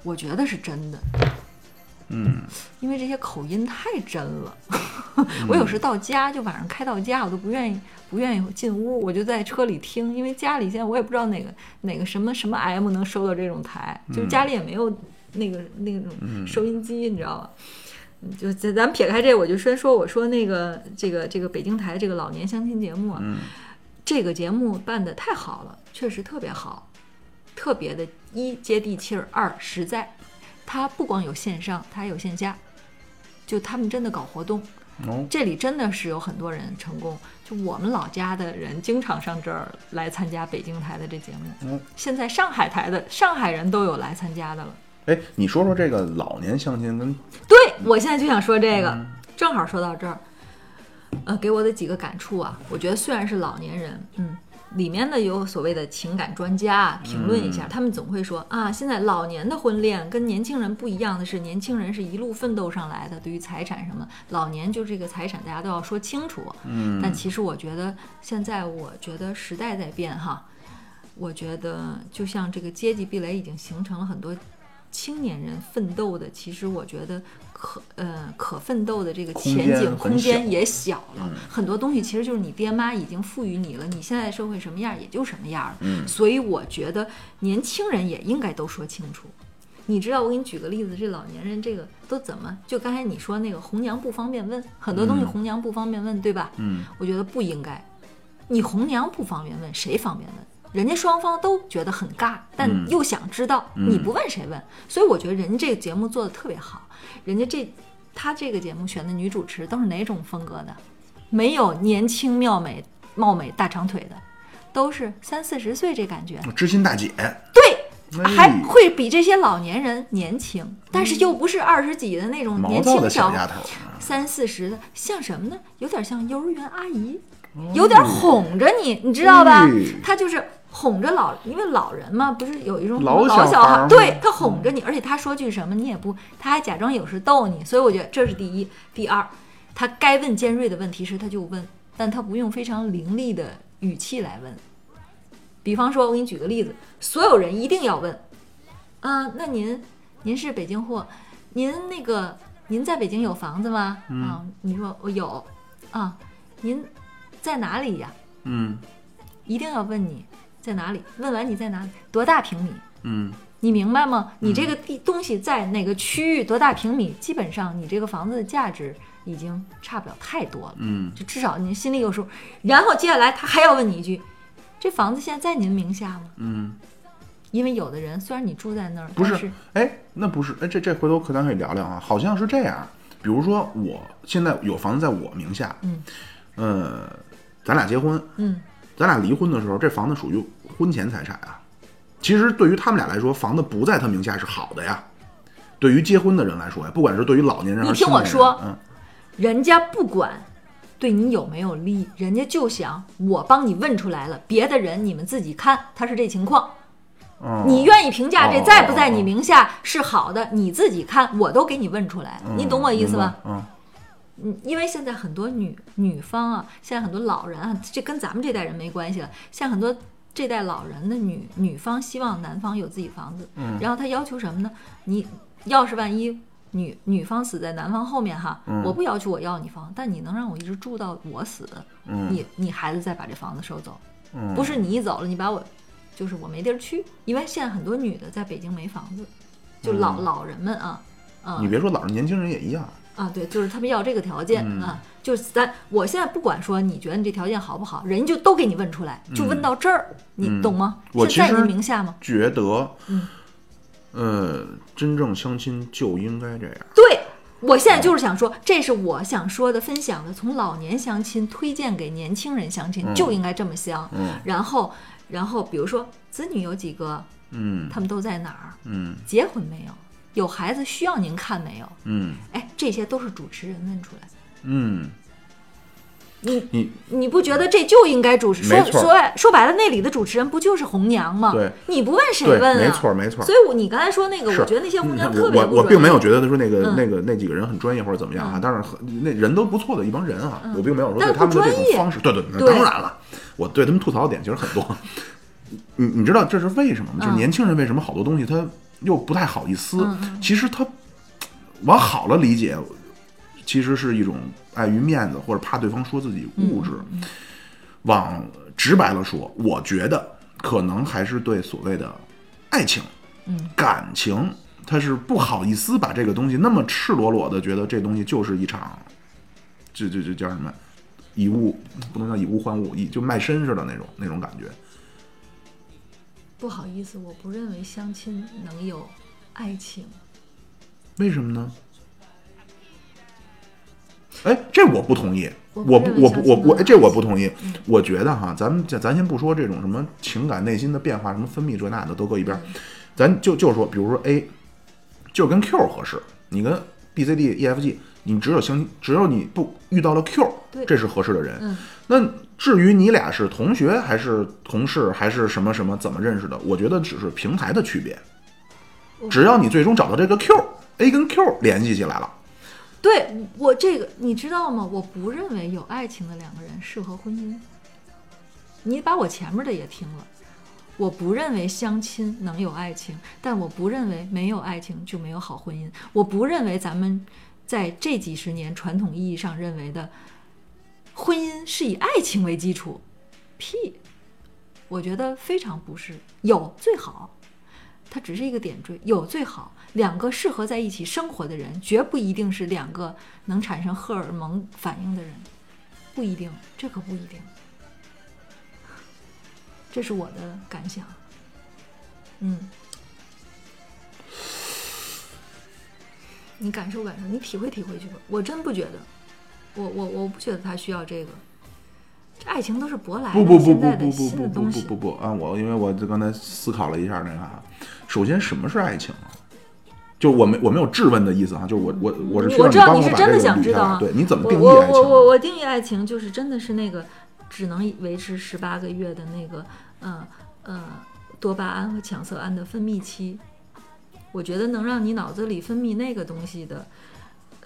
Speaker 3: 我觉得是真的，
Speaker 2: 嗯，
Speaker 3: 因为这些口音太真了。我有时到家就晚上开到家，我都不愿意不愿意进屋，我就在车里听，因为家里现在我也不知道哪个哪个什么什么 M 能收到这种台，就是家里也没有那个那种收音机，你知道吧？嗯就咱咱撇开这，我就先说，我说那个这个这个北京台这个老年相亲节目啊，这个节目办的太好了，确实特别好。特别的，一接地气儿，二实在。它不光有线上，它还有线下，就他们真的搞活动，
Speaker 2: 哦，
Speaker 3: 这里真的是有很多人成功。就我们老家的人经常上这儿来参加北京台的这节目，
Speaker 2: 嗯，
Speaker 3: 现在上海台的上海人都有来参加的了。
Speaker 2: 哎，你说说这个老年相亲跟
Speaker 3: 对我现在就想说这个，正好说到这儿，呃，给我的几个感触啊，我觉得虽然是老年人，嗯，里面的有所谓的情感专家啊评论一下，他们总会说啊，现在老年的婚恋跟年轻人不一样的是，年轻人是一路奋斗上来的，对于财产什么，老年就这个财产大家都要说清楚。嗯，但其实我觉得现在我觉得时代在变哈。我觉得，就像这个阶级壁垒已经形成了很多青年人奋斗的，其实我觉得可呃可奋斗的这个前
Speaker 2: 空间
Speaker 3: 景
Speaker 2: 很
Speaker 3: 空间
Speaker 2: 小嗯
Speaker 3: 也小了，很多东西其实就是你爹妈已经赋予你了，你现在社会什么样也就什么样了。
Speaker 2: 嗯
Speaker 3: 所以我觉得年轻人也应该都说清楚。你知道我给你举个例子，这老年人这个都怎么？就刚才你说那个红娘不方便问，很多东西红娘不方便问，对吧？
Speaker 2: 嗯，
Speaker 3: 我觉得不应该。你红娘不方便问，谁方便问？人家双方都觉得很尬，但又想知道，你不问谁问？所以我觉得人家这个节目做的特别好，人家这他这个节目选的女主持都是哪种风格的？没有年轻妙美貌美大长腿的，都是三四十岁这感觉。
Speaker 2: 知心大姐，
Speaker 3: 对，
Speaker 2: 哎
Speaker 3: 还会比这些老年人年轻，但是又不是二十几的那种
Speaker 2: 嗯毛
Speaker 3: 年
Speaker 2: 躁的
Speaker 3: 轻
Speaker 2: 小
Speaker 3: 小
Speaker 2: 丫头，
Speaker 3: 三四十的，像什么呢？有点像幼儿园阿姨，
Speaker 2: 哦
Speaker 3: 有点哄着你，你知道吧
Speaker 2: 嗯？
Speaker 3: 她就是哄着老，因为老人嘛，不是有一种
Speaker 2: 老小
Speaker 3: 嗯小
Speaker 2: 孩儿
Speaker 3: 孩
Speaker 2: 嘛嗯
Speaker 3: 儿，对他哄着你，而且他说句什么你也不，他还假装有事逗你，所以我觉得这是第一。第二，他该问尖锐的问题时他就问，但他不用非常凌厉的语气来问。比方说，我给你举个例子，所有人一定要问，啊，那您您是北京货，您那个您在北京有房子吗？
Speaker 2: 嗯
Speaker 3: 啊，你说我有，啊，您在哪里呀？
Speaker 2: 嗯
Speaker 3: 一定要问你在哪里，问完你在哪里，多大平米？
Speaker 2: 嗯，
Speaker 3: 你明白吗？你这个地东西在哪个区域，多大平米，基本上你这个房子的价值已经差不了太多了。
Speaker 2: 嗯，
Speaker 3: 就至少您心里有数。然后接下来他还要问你一句：这房子现在在您名下吗？
Speaker 2: 嗯，
Speaker 3: 因为有的人虽然你住在那儿，
Speaker 2: 不
Speaker 3: 但
Speaker 2: 是
Speaker 3: 是，
Speaker 2: 哎，那不是，哎，这这回头可咱可以聊聊啊，好像是这样。比如说，我现在有房子在我名下，
Speaker 3: 嗯，
Speaker 2: 呃，咱俩结婚，
Speaker 3: 嗯，
Speaker 2: 咱俩离婚的时候，这房子属于婚前财产啊。其实对于他们俩来说，房子不在他名下是好的呀。对于结婚的人来说呀，不管是对于老年人还是
Speaker 3: 你听
Speaker 2: 青年
Speaker 3: 我
Speaker 2: 人
Speaker 3: 说
Speaker 2: 嗯，
Speaker 3: 人家不管对你有没有利益，人家就想我帮你问出来了，别的人你们自己看，他是这情况。
Speaker 2: 哦
Speaker 3: 你愿意评价这
Speaker 2: 哦
Speaker 3: 在不在你名下是好的，你自己看，我都给你问出来，你懂我意思吧？？
Speaker 2: 嗯
Speaker 3: 嗯，因为现在很多女女方啊，现在很多老人啊，这跟咱们这代人没关系了，像很多。这代老人的女女方希望男方有自己房子，
Speaker 2: 嗯
Speaker 3: 然后她要求什么呢？你要是万一女女方死在男方后面哈，
Speaker 2: 嗯
Speaker 3: 我不要求我要你房，但你能让我一直住到我死，
Speaker 2: 嗯
Speaker 3: 你你孩子再把这房子收走，
Speaker 2: 嗯，
Speaker 3: 不是你一走了，你把我，就是我没地儿去，因为现在很多女的在北京没房子，就老、老人们啊，啊
Speaker 2: 嗯你别说老人，年轻人也一样。
Speaker 3: 啊，对，就是他们要这个条件、
Speaker 2: 嗯
Speaker 3: 啊，就是咱我现在不管说你觉得你这条件好不好，人家就都给你问出来，就问到这儿，
Speaker 2: 嗯
Speaker 3: 你懂吗？
Speaker 2: 我
Speaker 3: 是在
Speaker 2: 其
Speaker 3: 你
Speaker 2: 实
Speaker 3: 名下吗？
Speaker 2: 觉得，
Speaker 3: 嗯
Speaker 2: 呃，真正相亲就应该这样。
Speaker 3: 对。我
Speaker 2: 哦
Speaker 3: 现在就是想说，这是我想说的、分享的，从老年相亲推荐给年轻人相亲，
Speaker 2: 嗯
Speaker 3: 就应该这么相。
Speaker 2: 嗯
Speaker 3: 然后，然后比如说子女有几个，
Speaker 2: 嗯
Speaker 3: 他们都在哪儿？
Speaker 2: 嗯
Speaker 3: 结婚没有？有孩子需要您看没有？
Speaker 2: 嗯
Speaker 3: 哎，这些都是主持人问出来。
Speaker 2: 嗯，
Speaker 3: 你
Speaker 2: 你
Speaker 3: 你不觉得这就应该主持？说
Speaker 2: 没错
Speaker 3: 说白说白了，那里的主持人不就是红娘吗？
Speaker 2: 对，
Speaker 3: 你不问谁
Speaker 2: 对，
Speaker 3: 问啊？
Speaker 2: 没错没错
Speaker 3: 所。以我你刚才说那个，
Speaker 2: 是
Speaker 3: 我觉得那些红娘
Speaker 2: 嗯
Speaker 3: 特
Speaker 2: 我
Speaker 3: 别
Speaker 2: 我
Speaker 3: 不
Speaker 2: 我
Speaker 3: 专
Speaker 2: 并没有
Speaker 3: 业
Speaker 2: 觉得说那个
Speaker 3: 嗯
Speaker 2: 那个那几个人很专业或者怎么样啊，但是很那人都不错的一帮人啊，我并没有说
Speaker 3: 嗯但
Speaker 2: 对他们的
Speaker 3: 不
Speaker 2: 这
Speaker 3: 专
Speaker 2: 种
Speaker 3: 业
Speaker 2: 方式，对对，那
Speaker 3: 对
Speaker 2: 当然了，我对他们吐槽的点其实很多。 <laughs> 你你知道这是为什么吗？就
Speaker 3: 嗯
Speaker 2: 是年轻人为什么好多东西他又不太好意思，其实他往好了理解，其实是一种碍于面子或者怕对方说自己
Speaker 3: 嗯
Speaker 2: 物质。往直白了说，我觉得可能还是对所谓的爱情、
Speaker 3: 嗯、
Speaker 2: 感情，他是不好意思把这个东西那么赤裸裸的觉得这东西就是一场，这这这叫什么？以物不能叫以物换物，以就卖身似的那种那种感觉。
Speaker 3: 不好意思，我不认为相亲能有爱情。
Speaker 2: 为什么呢？哎，这我不同意，我
Speaker 3: 我不
Speaker 2: 不
Speaker 3: 认为
Speaker 2: 我不我不，
Speaker 3: 相亲能有啊嗯
Speaker 2: 哎这我
Speaker 3: 爱
Speaker 2: 不
Speaker 3: 情
Speaker 2: 同意。我觉得哈，咱们咱咱先不说这种什么情感内心的变化，什么分泌这那的都搁一边儿，咱就就说，比如说 A，就跟 Q 合适，你跟 B、C、D、E、F、G，你只有相亲，只有你不遇到了 Q，
Speaker 3: 对
Speaker 2: 这是合适的人。
Speaker 3: 嗯
Speaker 2: 那至于你俩是同学还是同事还是什么什么怎么认识的，我觉得只是平台的区别。只要你最终找到这个 Q，A 跟 Q 联系起来了，
Speaker 3: 对我这个，你知道吗？我不认为有爱情的两个人适合婚姻。你把我前面的也听了，我不认为相亲能有爱情，但我不认为没有爱情就没有好婚姻。我不认为咱们在这几十年传统意义上认为的婚姻是以爱情为基础，屁！我觉得非常不是，有最好，它只是一个点缀，有最好。两个适合在一起生活的人，绝不一定是两个能产生荷尔蒙反应的人，不一定，这可不一定。这是我的感想。嗯，你感受感受，你体会体会去吧。我真不觉得，我我我不觉得他需要这个。这爱情都是舶来的
Speaker 2: 不不不
Speaker 3: 现
Speaker 2: 不
Speaker 3: 在的
Speaker 2: 不不
Speaker 3: 新
Speaker 2: 不
Speaker 3: 的
Speaker 2: 不
Speaker 3: 东
Speaker 2: 不
Speaker 3: 西。
Speaker 2: 不不啊！我因为我这刚才思考了一下那个哈，首先什么是爱情啊？就我没我没有质问的意思哈，就是我我我是需要
Speaker 3: 我知道
Speaker 2: 帮
Speaker 3: 你
Speaker 2: 我
Speaker 3: 是
Speaker 2: 把
Speaker 3: 真
Speaker 2: 这
Speaker 3: 的
Speaker 2: 个
Speaker 3: 想
Speaker 2: 捋
Speaker 3: 知
Speaker 2: 下
Speaker 3: 道
Speaker 2: 来
Speaker 3: 啊。
Speaker 2: 对，你怎么定义
Speaker 3: 我
Speaker 2: 爱情
Speaker 3: 我
Speaker 2: 啊？
Speaker 3: 我我定义爱情就是真的是那个只能维持十八个月的那个呃呃多巴胺和强色胺的分泌期。我觉得能让你脑子里分泌那个东西的，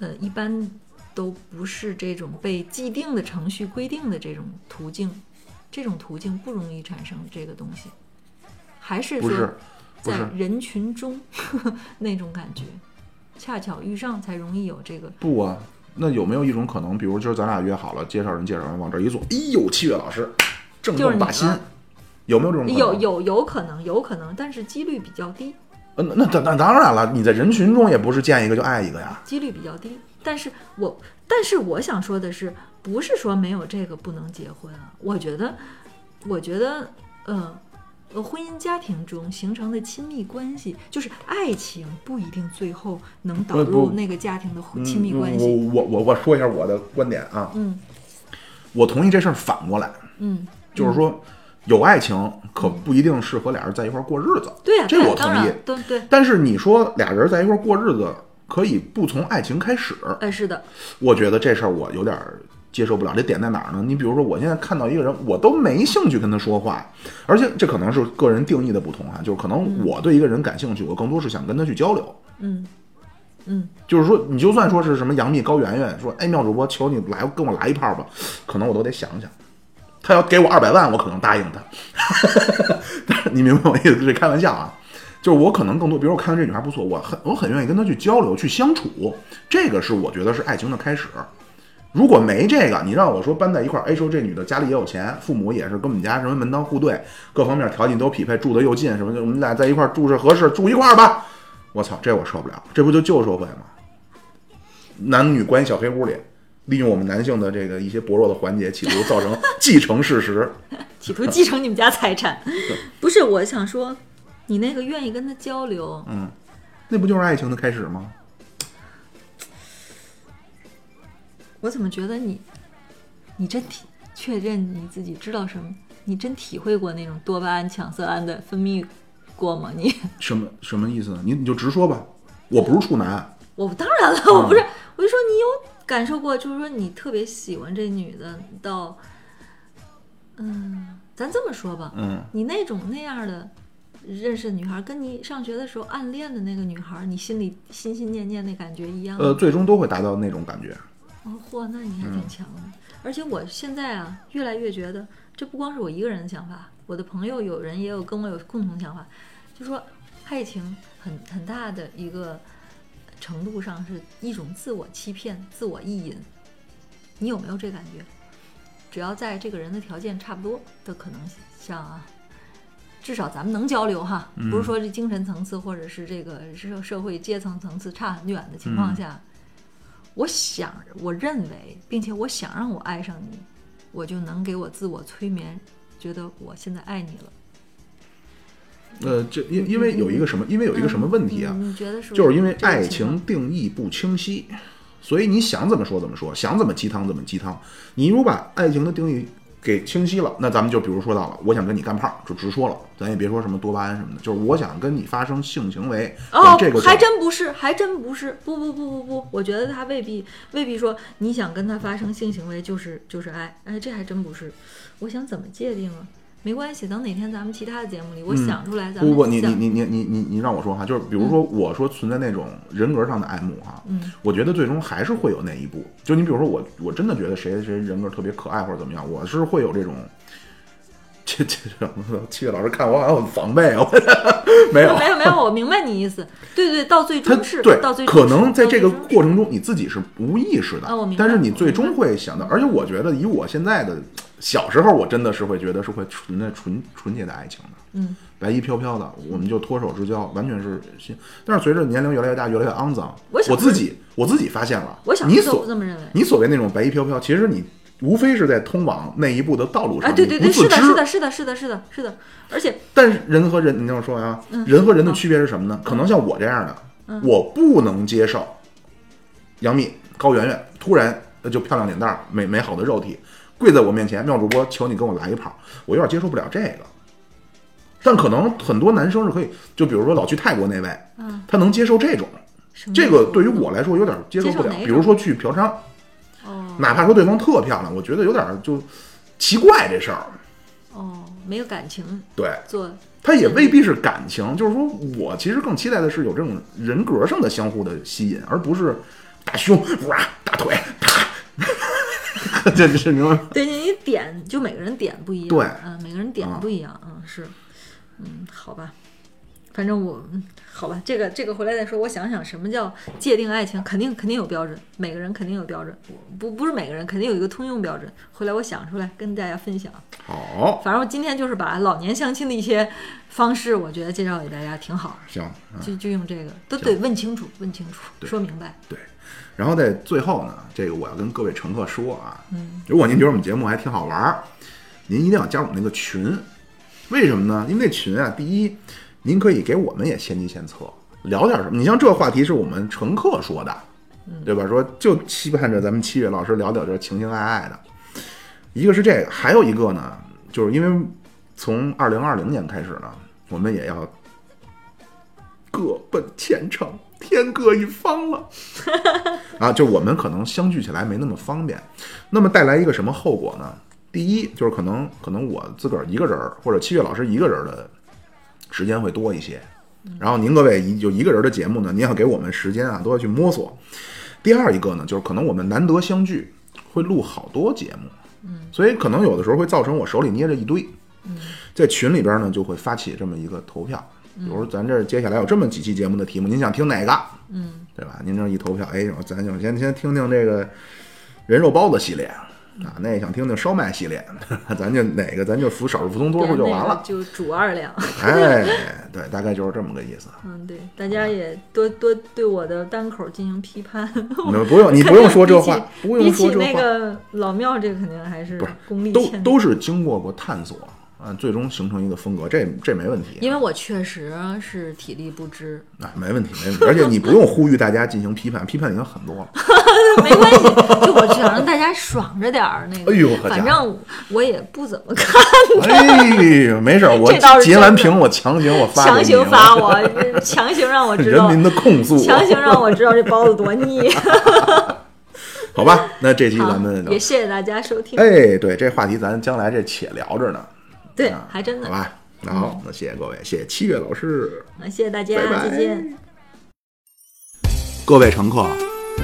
Speaker 3: 呃，一般都不是这种被既定的程序规定的这种途径，这种途径不容易产生这个东西，还是
Speaker 2: 不
Speaker 3: 说
Speaker 2: 是不
Speaker 3: 在
Speaker 2: 是
Speaker 3: 人群中 <laughs> 那种感觉，恰巧遇上才容易有这个
Speaker 2: 不啊，那有没有一种可能，比如今儿咱俩约好了，介绍人介绍人往这儿一坐，哎呦，七月老师，正
Speaker 3: 就是
Speaker 2: 中
Speaker 3: 你
Speaker 2: 靶心
Speaker 3: 了，
Speaker 2: 有没有这种可能？
Speaker 3: 有有有可能，有可能，但是几率比较低，
Speaker 2: 呃。那那当那当然了，你在人群中也不是见一个就爱一个呀。
Speaker 3: 几率比较低。但是我，但是我想说的是，不是说没有这个不能结婚啊？我觉得，我觉得，呃，呃，婚姻家庭中形成的亲密关系，就是爱情不一定最后能导
Speaker 2: 呃不不
Speaker 3: 入那个家庭的婚亲密关系。
Speaker 2: 嗯我我我我说一下我的观点啊，
Speaker 3: 嗯
Speaker 2: 我同意这事儿反过来，
Speaker 3: 嗯，
Speaker 2: 就是说有爱情可不一定适合俩人在一块儿过日子，
Speaker 3: 对呀、
Speaker 2: 这
Speaker 3: 对呀啊
Speaker 2: 我同
Speaker 3: 当然
Speaker 2: 意。
Speaker 3: 对对，
Speaker 2: 但是你说俩人在一块儿过日子，可以不从爱情开始，
Speaker 3: 哎，是的，
Speaker 2: 我觉得这事儿我有点儿接受不了。这点在哪儿呢？你比如说，我现在看到一个人，我都没兴趣跟他说话，而且这可能是个人定义的不同啊，就是可能我对一个人感兴趣，我更多是想跟他去交流。
Speaker 3: 嗯嗯，
Speaker 2: 就是说，你就算说是什么杨幂、高圆圆说，哎，妙主播，求你来跟我来一炮吧，可能我都得想想。他要给我二百万，我可能答应他。 <laughs> 但是你明白我意思？这开玩笑啊，就是我可能更多，比如我看到这女孩不错，我很我很愿意跟她去交流、去相处，这个是我觉得是爱情的开始。如果没这个，你让我说搬在一块儿，哎，说这女的家里也有钱，父母也是跟我们家什么门当户对，各方面条件都匹配，住的又近，什么的，我们俩在一块儿住是合适，住一块儿吧。我操，这我受不了，这不就旧社会吗？男女关系小黑屋里，利用我们男性的这个一些薄弱的环节，企图造成 <laughs> 既成事实。
Speaker 3: 企图继承你们家财
Speaker 2: <laughs>
Speaker 3: 产，不是？我想说，你那个愿意跟他交
Speaker 2: 嗯
Speaker 3: 流，
Speaker 2: 那不就是爱情的开始吗？
Speaker 3: 我怎么觉得你，你真体确认你自己知道什么？你真体会过那种多巴胺、强色胺的分泌过吗？你 <laughs>
Speaker 2: 什么什么意思呢？你你就直说吧，我不是处男，
Speaker 3: 我当然
Speaker 2: 嗯
Speaker 3: 了，我不是，我就说你有感受过，就是说你特别喜欢这女的到，嗯，咱这么说吧，
Speaker 2: 嗯，
Speaker 3: 你那种那样的认识的女孩，跟你上学的时候暗恋的那个女孩，你心里心心念念那感觉一样吗？
Speaker 2: 呃，最终都会达到那种感觉。
Speaker 3: 哦，嚯，那你还挺强的。而且我现在啊，越来越觉得，这不光是我一个人的想法，我的朋友有人也有跟我有共同想法，就说爱情很很大的一个程度上是一种自我欺骗、自我意淫。你有没有这感觉？只要在这个人的条件差不多的可能性啊，至少咱们能交流哈，不是说这精神层次或者是这个社社会阶层层次差很远的情况下，我想我认为，并且我想让我爱上你，我就能给我自我催眠，觉得我现在爱你了。
Speaker 2: 呃，这因因为有一个什么，因为有一个什么问题啊，
Speaker 3: 你觉得是不
Speaker 2: 就是因为
Speaker 3: 嗯这个
Speaker 2: 爱
Speaker 3: 情
Speaker 2: 情
Speaker 3: 况
Speaker 2: 定义不清晰，所以你想怎么说怎么说，想怎么鸡汤怎么鸡汤。你如果把爱情的定义给清晰了，那咱们就比如说到了，我想跟你干炮，就直说了，咱也别说什么多巴胺什么的，就是我想跟你发生性行为，
Speaker 3: 哦
Speaker 2: 往这个，走
Speaker 3: 还真不是，还真不是，不不不不不，我觉得他未必未必说你想跟他发生性行为就是就是爱，哎，这还真不是。我想怎么界定啊？没关系，等哪天咱们其他的节目里，我想出来咱们
Speaker 2: 不嗯
Speaker 3: 嗯
Speaker 2: 不，你
Speaker 3: 想
Speaker 2: 你你你你你你让我说哈，就是比如说我说存在那种人格上的爱慕哈，嗯，我觉得最终还是会有那一步。就你比如说我，我真的觉得谁谁谁人格特别可爱或者怎么样，我是会有这种。 <laughs> 这这什么？七月老师看我好像很防备啊，我 <laughs> 没
Speaker 3: <laughs>
Speaker 2: 有，
Speaker 3: 没有没有，我明白你意思。对对，到最
Speaker 2: 他
Speaker 3: 终是
Speaker 2: 对
Speaker 3: 到最，终
Speaker 2: 可
Speaker 3: 是
Speaker 2: 能在
Speaker 3: 到最
Speaker 2: 这个
Speaker 3: 终是
Speaker 2: 过程中你自己是无意识的
Speaker 3: 啊我明，白
Speaker 2: 但是你最终会想到。而且我觉得以我现在的小时候，我真的是会觉得是会存在纯纯洁的爱情的，
Speaker 3: 嗯，
Speaker 2: 白衣飘飘的，我们就脱手之交，完全是心。但是随着年龄越来越大，越来越肮脏，
Speaker 3: 我小
Speaker 2: 我
Speaker 3: 时候
Speaker 2: 自己我自己发现了，
Speaker 3: 我小
Speaker 2: 你
Speaker 3: 时候都
Speaker 2: 所
Speaker 3: 不这么认为。
Speaker 2: 你所谓那种白衣飘飘，其实你无非是在通往那一步的道路上，
Speaker 3: 啊，对对
Speaker 2: 你
Speaker 3: 对，
Speaker 2: 不自
Speaker 3: 是
Speaker 2: 知
Speaker 3: 的，是的，是的，是的，是的，是的，而且
Speaker 2: 但是人和人，你听我说啊，
Speaker 3: 嗯
Speaker 2: 人和人的区别是什么呢？可能像我这样的，
Speaker 3: 嗯
Speaker 2: 我不能接受杨幂、高圆圆突然呃就漂亮脸蛋儿、美美好的肉体跪在我面前，妙主播，求你跟我来一炮，我有点接受不了这个。但可能很多男生是可以，就比如说老去泰国那位，
Speaker 3: 嗯
Speaker 2: 他能接受这种，
Speaker 3: 什么
Speaker 2: 这个对于
Speaker 3: 都
Speaker 2: 我来说有点接受
Speaker 3: 嗯接
Speaker 2: 不
Speaker 3: 受
Speaker 2: 了
Speaker 3: 哪。种
Speaker 2: 比如说去嫖娼，
Speaker 3: 哦
Speaker 2: 哪怕说对方特漂亮，我觉得有点就奇怪这事儿。
Speaker 3: 哦没有感情
Speaker 2: 对，
Speaker 3: 做
Speaker 2: 他也未必是感情，就是说我其实更期待的是有这种人格上的相互的吸引，而不是大胸哇大腿啪， <laughs> 这是明白吗？
Speaker 3: 对你点就每个人点不一样，
Speaker 2: 对
Speaker 3: 嗯，每个人点
Speaker 2: 啊
Speaker 3: 不一样，嗯，是，嗯，好吧，反正我，嗯好吧，这个这个回来再说。我想想，什么叫界定爱情？肯定肯定有标准，每个人肯定有标准，我不不是每个人肯定有一个通用标准。回来我想出来跟大家分享。
Speaker 2: 好，
Speaker 3: 反正我今天就是把老年相亲的一些方式，我觉得介绍给大家挺好，
Speaker 2: 行，嗯，
Speaker 3: 就就用这个，都得问清楚，问清楚，
Speaker 2: 对
Speaker 3: 说明白。
Speaker 2: 对。然后在最后呢，这个我要跟各位乘客说啊，如果您觉得我们节目还挺好玩儿，您一定要加入我们那个群。为什么呢？因为那群啊，第一，您可以给我们也献计献策，聊点什么。你像这个话题是我们乘客说的，对吧？说就期盼着咱们七月老师聊点这情情爱爱的。一个是这个，还有一个呢，就是因为从二零二零年开始呢，我们也要各奔前程，天各一方了。啊，就我们可能相聚起来没那么方便，那么带来一个什么后果呢？第一就是可能可能我自个儿一个人儿或者七月老师一个人儿的时间会多一些，然后您各位一就一个人儿的节目呢，您要给我们时间啊，都要去摸索。第二一个呢，就是可能我们难得相聚，会录好多节目，嗯，所以可能有的时候会造成我手里捏着一堆，在群里边呢就会发起这么一个投票，比如说咱这接下来有这么几期节目的题目，您想听哪个？嗯，对吧？您这一投票，哎，咱就先先听听这个人肉包子系列啊，那也想听听烧麦系列， <laughs> 咱就哪个咱就服少数服从多数就完了。
Speaker 3: 就煮二两。
Speaker 2: 哎，对，大概就是这么个
Speaker 3: <laughs>
Speaker 2: 意思。
Speaker 3: 嗯，对，大家也多多对我的单口进行批判。
Speaker 2: 你们不用，你不用说这话，
Speaker 3: 比起
Speaker 2: 不用
Speaker 3: 比
Speaker 2: 说
Speaker 3: 起
Speaker 2: 这
Speaker 3: 那
Speaker 2: 话，
Speaker 3: 个老庙，这个肯定还是
Speaker 2: 不是
Speaker 3: 功力
Speaker 2: 都
Speaker 3: 欠
Speaker 2: 都是经过过探索，啊，最终形成一个风格，这这没问题。
Speaker 3: 因为我确实是体力不支，
Speaker 2: 啊，没问题，没问题。而且你不用呼吁大家进行批判，批判已经很
Speaker 3: <laughs>
Speaker 2: 多了。
Speaker 3: <laughs> 没关系，就我想让大家爽着点儿那个。
Speaker 2: 哎呦好家伙
Speaker 3: 反正我也不怎么 <laughs> 看，
Speaker 2: 哎呦，没事儿，我
Speaker 3: 这倒是
Speaker 2: 截完
Speaker 3: 真的
Speaker 2: 屏，我强行我发
Speaker 3: 强
Speaker 2: 给你啊
Speaker 3: 行罚
Speaker 2: <laughs>
Speaker 3: 我，强行让我知
Speaker 2: 人
Speaker 3: 道，
Speaker 2: 民的控诉，
Speaker 3: 强行让我知道这包子多
Speaker 2: <laughs>
Speaker 3: 腻。
Speaker 2: 好吧？那这期
Speaker 3: 好
Speaker 2: 咱们，聊
Speaker 3: 也，谢谢大家收听。
Speaker 2: 哎，对，这话题咱将来这且聊着呢，
Speaker 3: 对
Speaker 2: 啊，
Speaker 3: 还真的
Speaker 2: 好，吧？那好，那谢谢各位，谢谢七月老师。
Speaker 3: 嗯谢谢大家，
Speaker 2: 拜拜
Speaker 3: 再见。
Speaker 2: 各位乘客，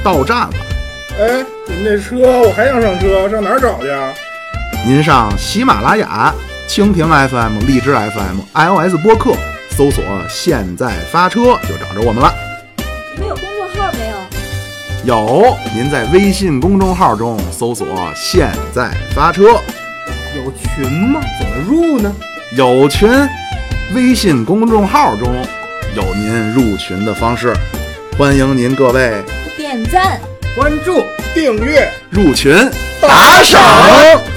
Speaker 2: 到站了，
Speaker 5: 哎，你们这车我还想上车，上哪儿找去啊？
Speaker 2: 您上喜马拉雅、蜻蜓 FM、荔枝 FM、iOS 播客搜索“现在发车”就找着我们了。
Speaker 5: 你们有公众号没有？
Speaker 2: 有，您在微信公众号中搜索“现在发车”。
Speaker 5: 有群吗？怎么入呢？
Speaker 2: 有群，微信公众号中有您入群的方式，欢迎您各位
Speaker 5: 点赞、关注、订阅。
Speaker 2: 入群打赏。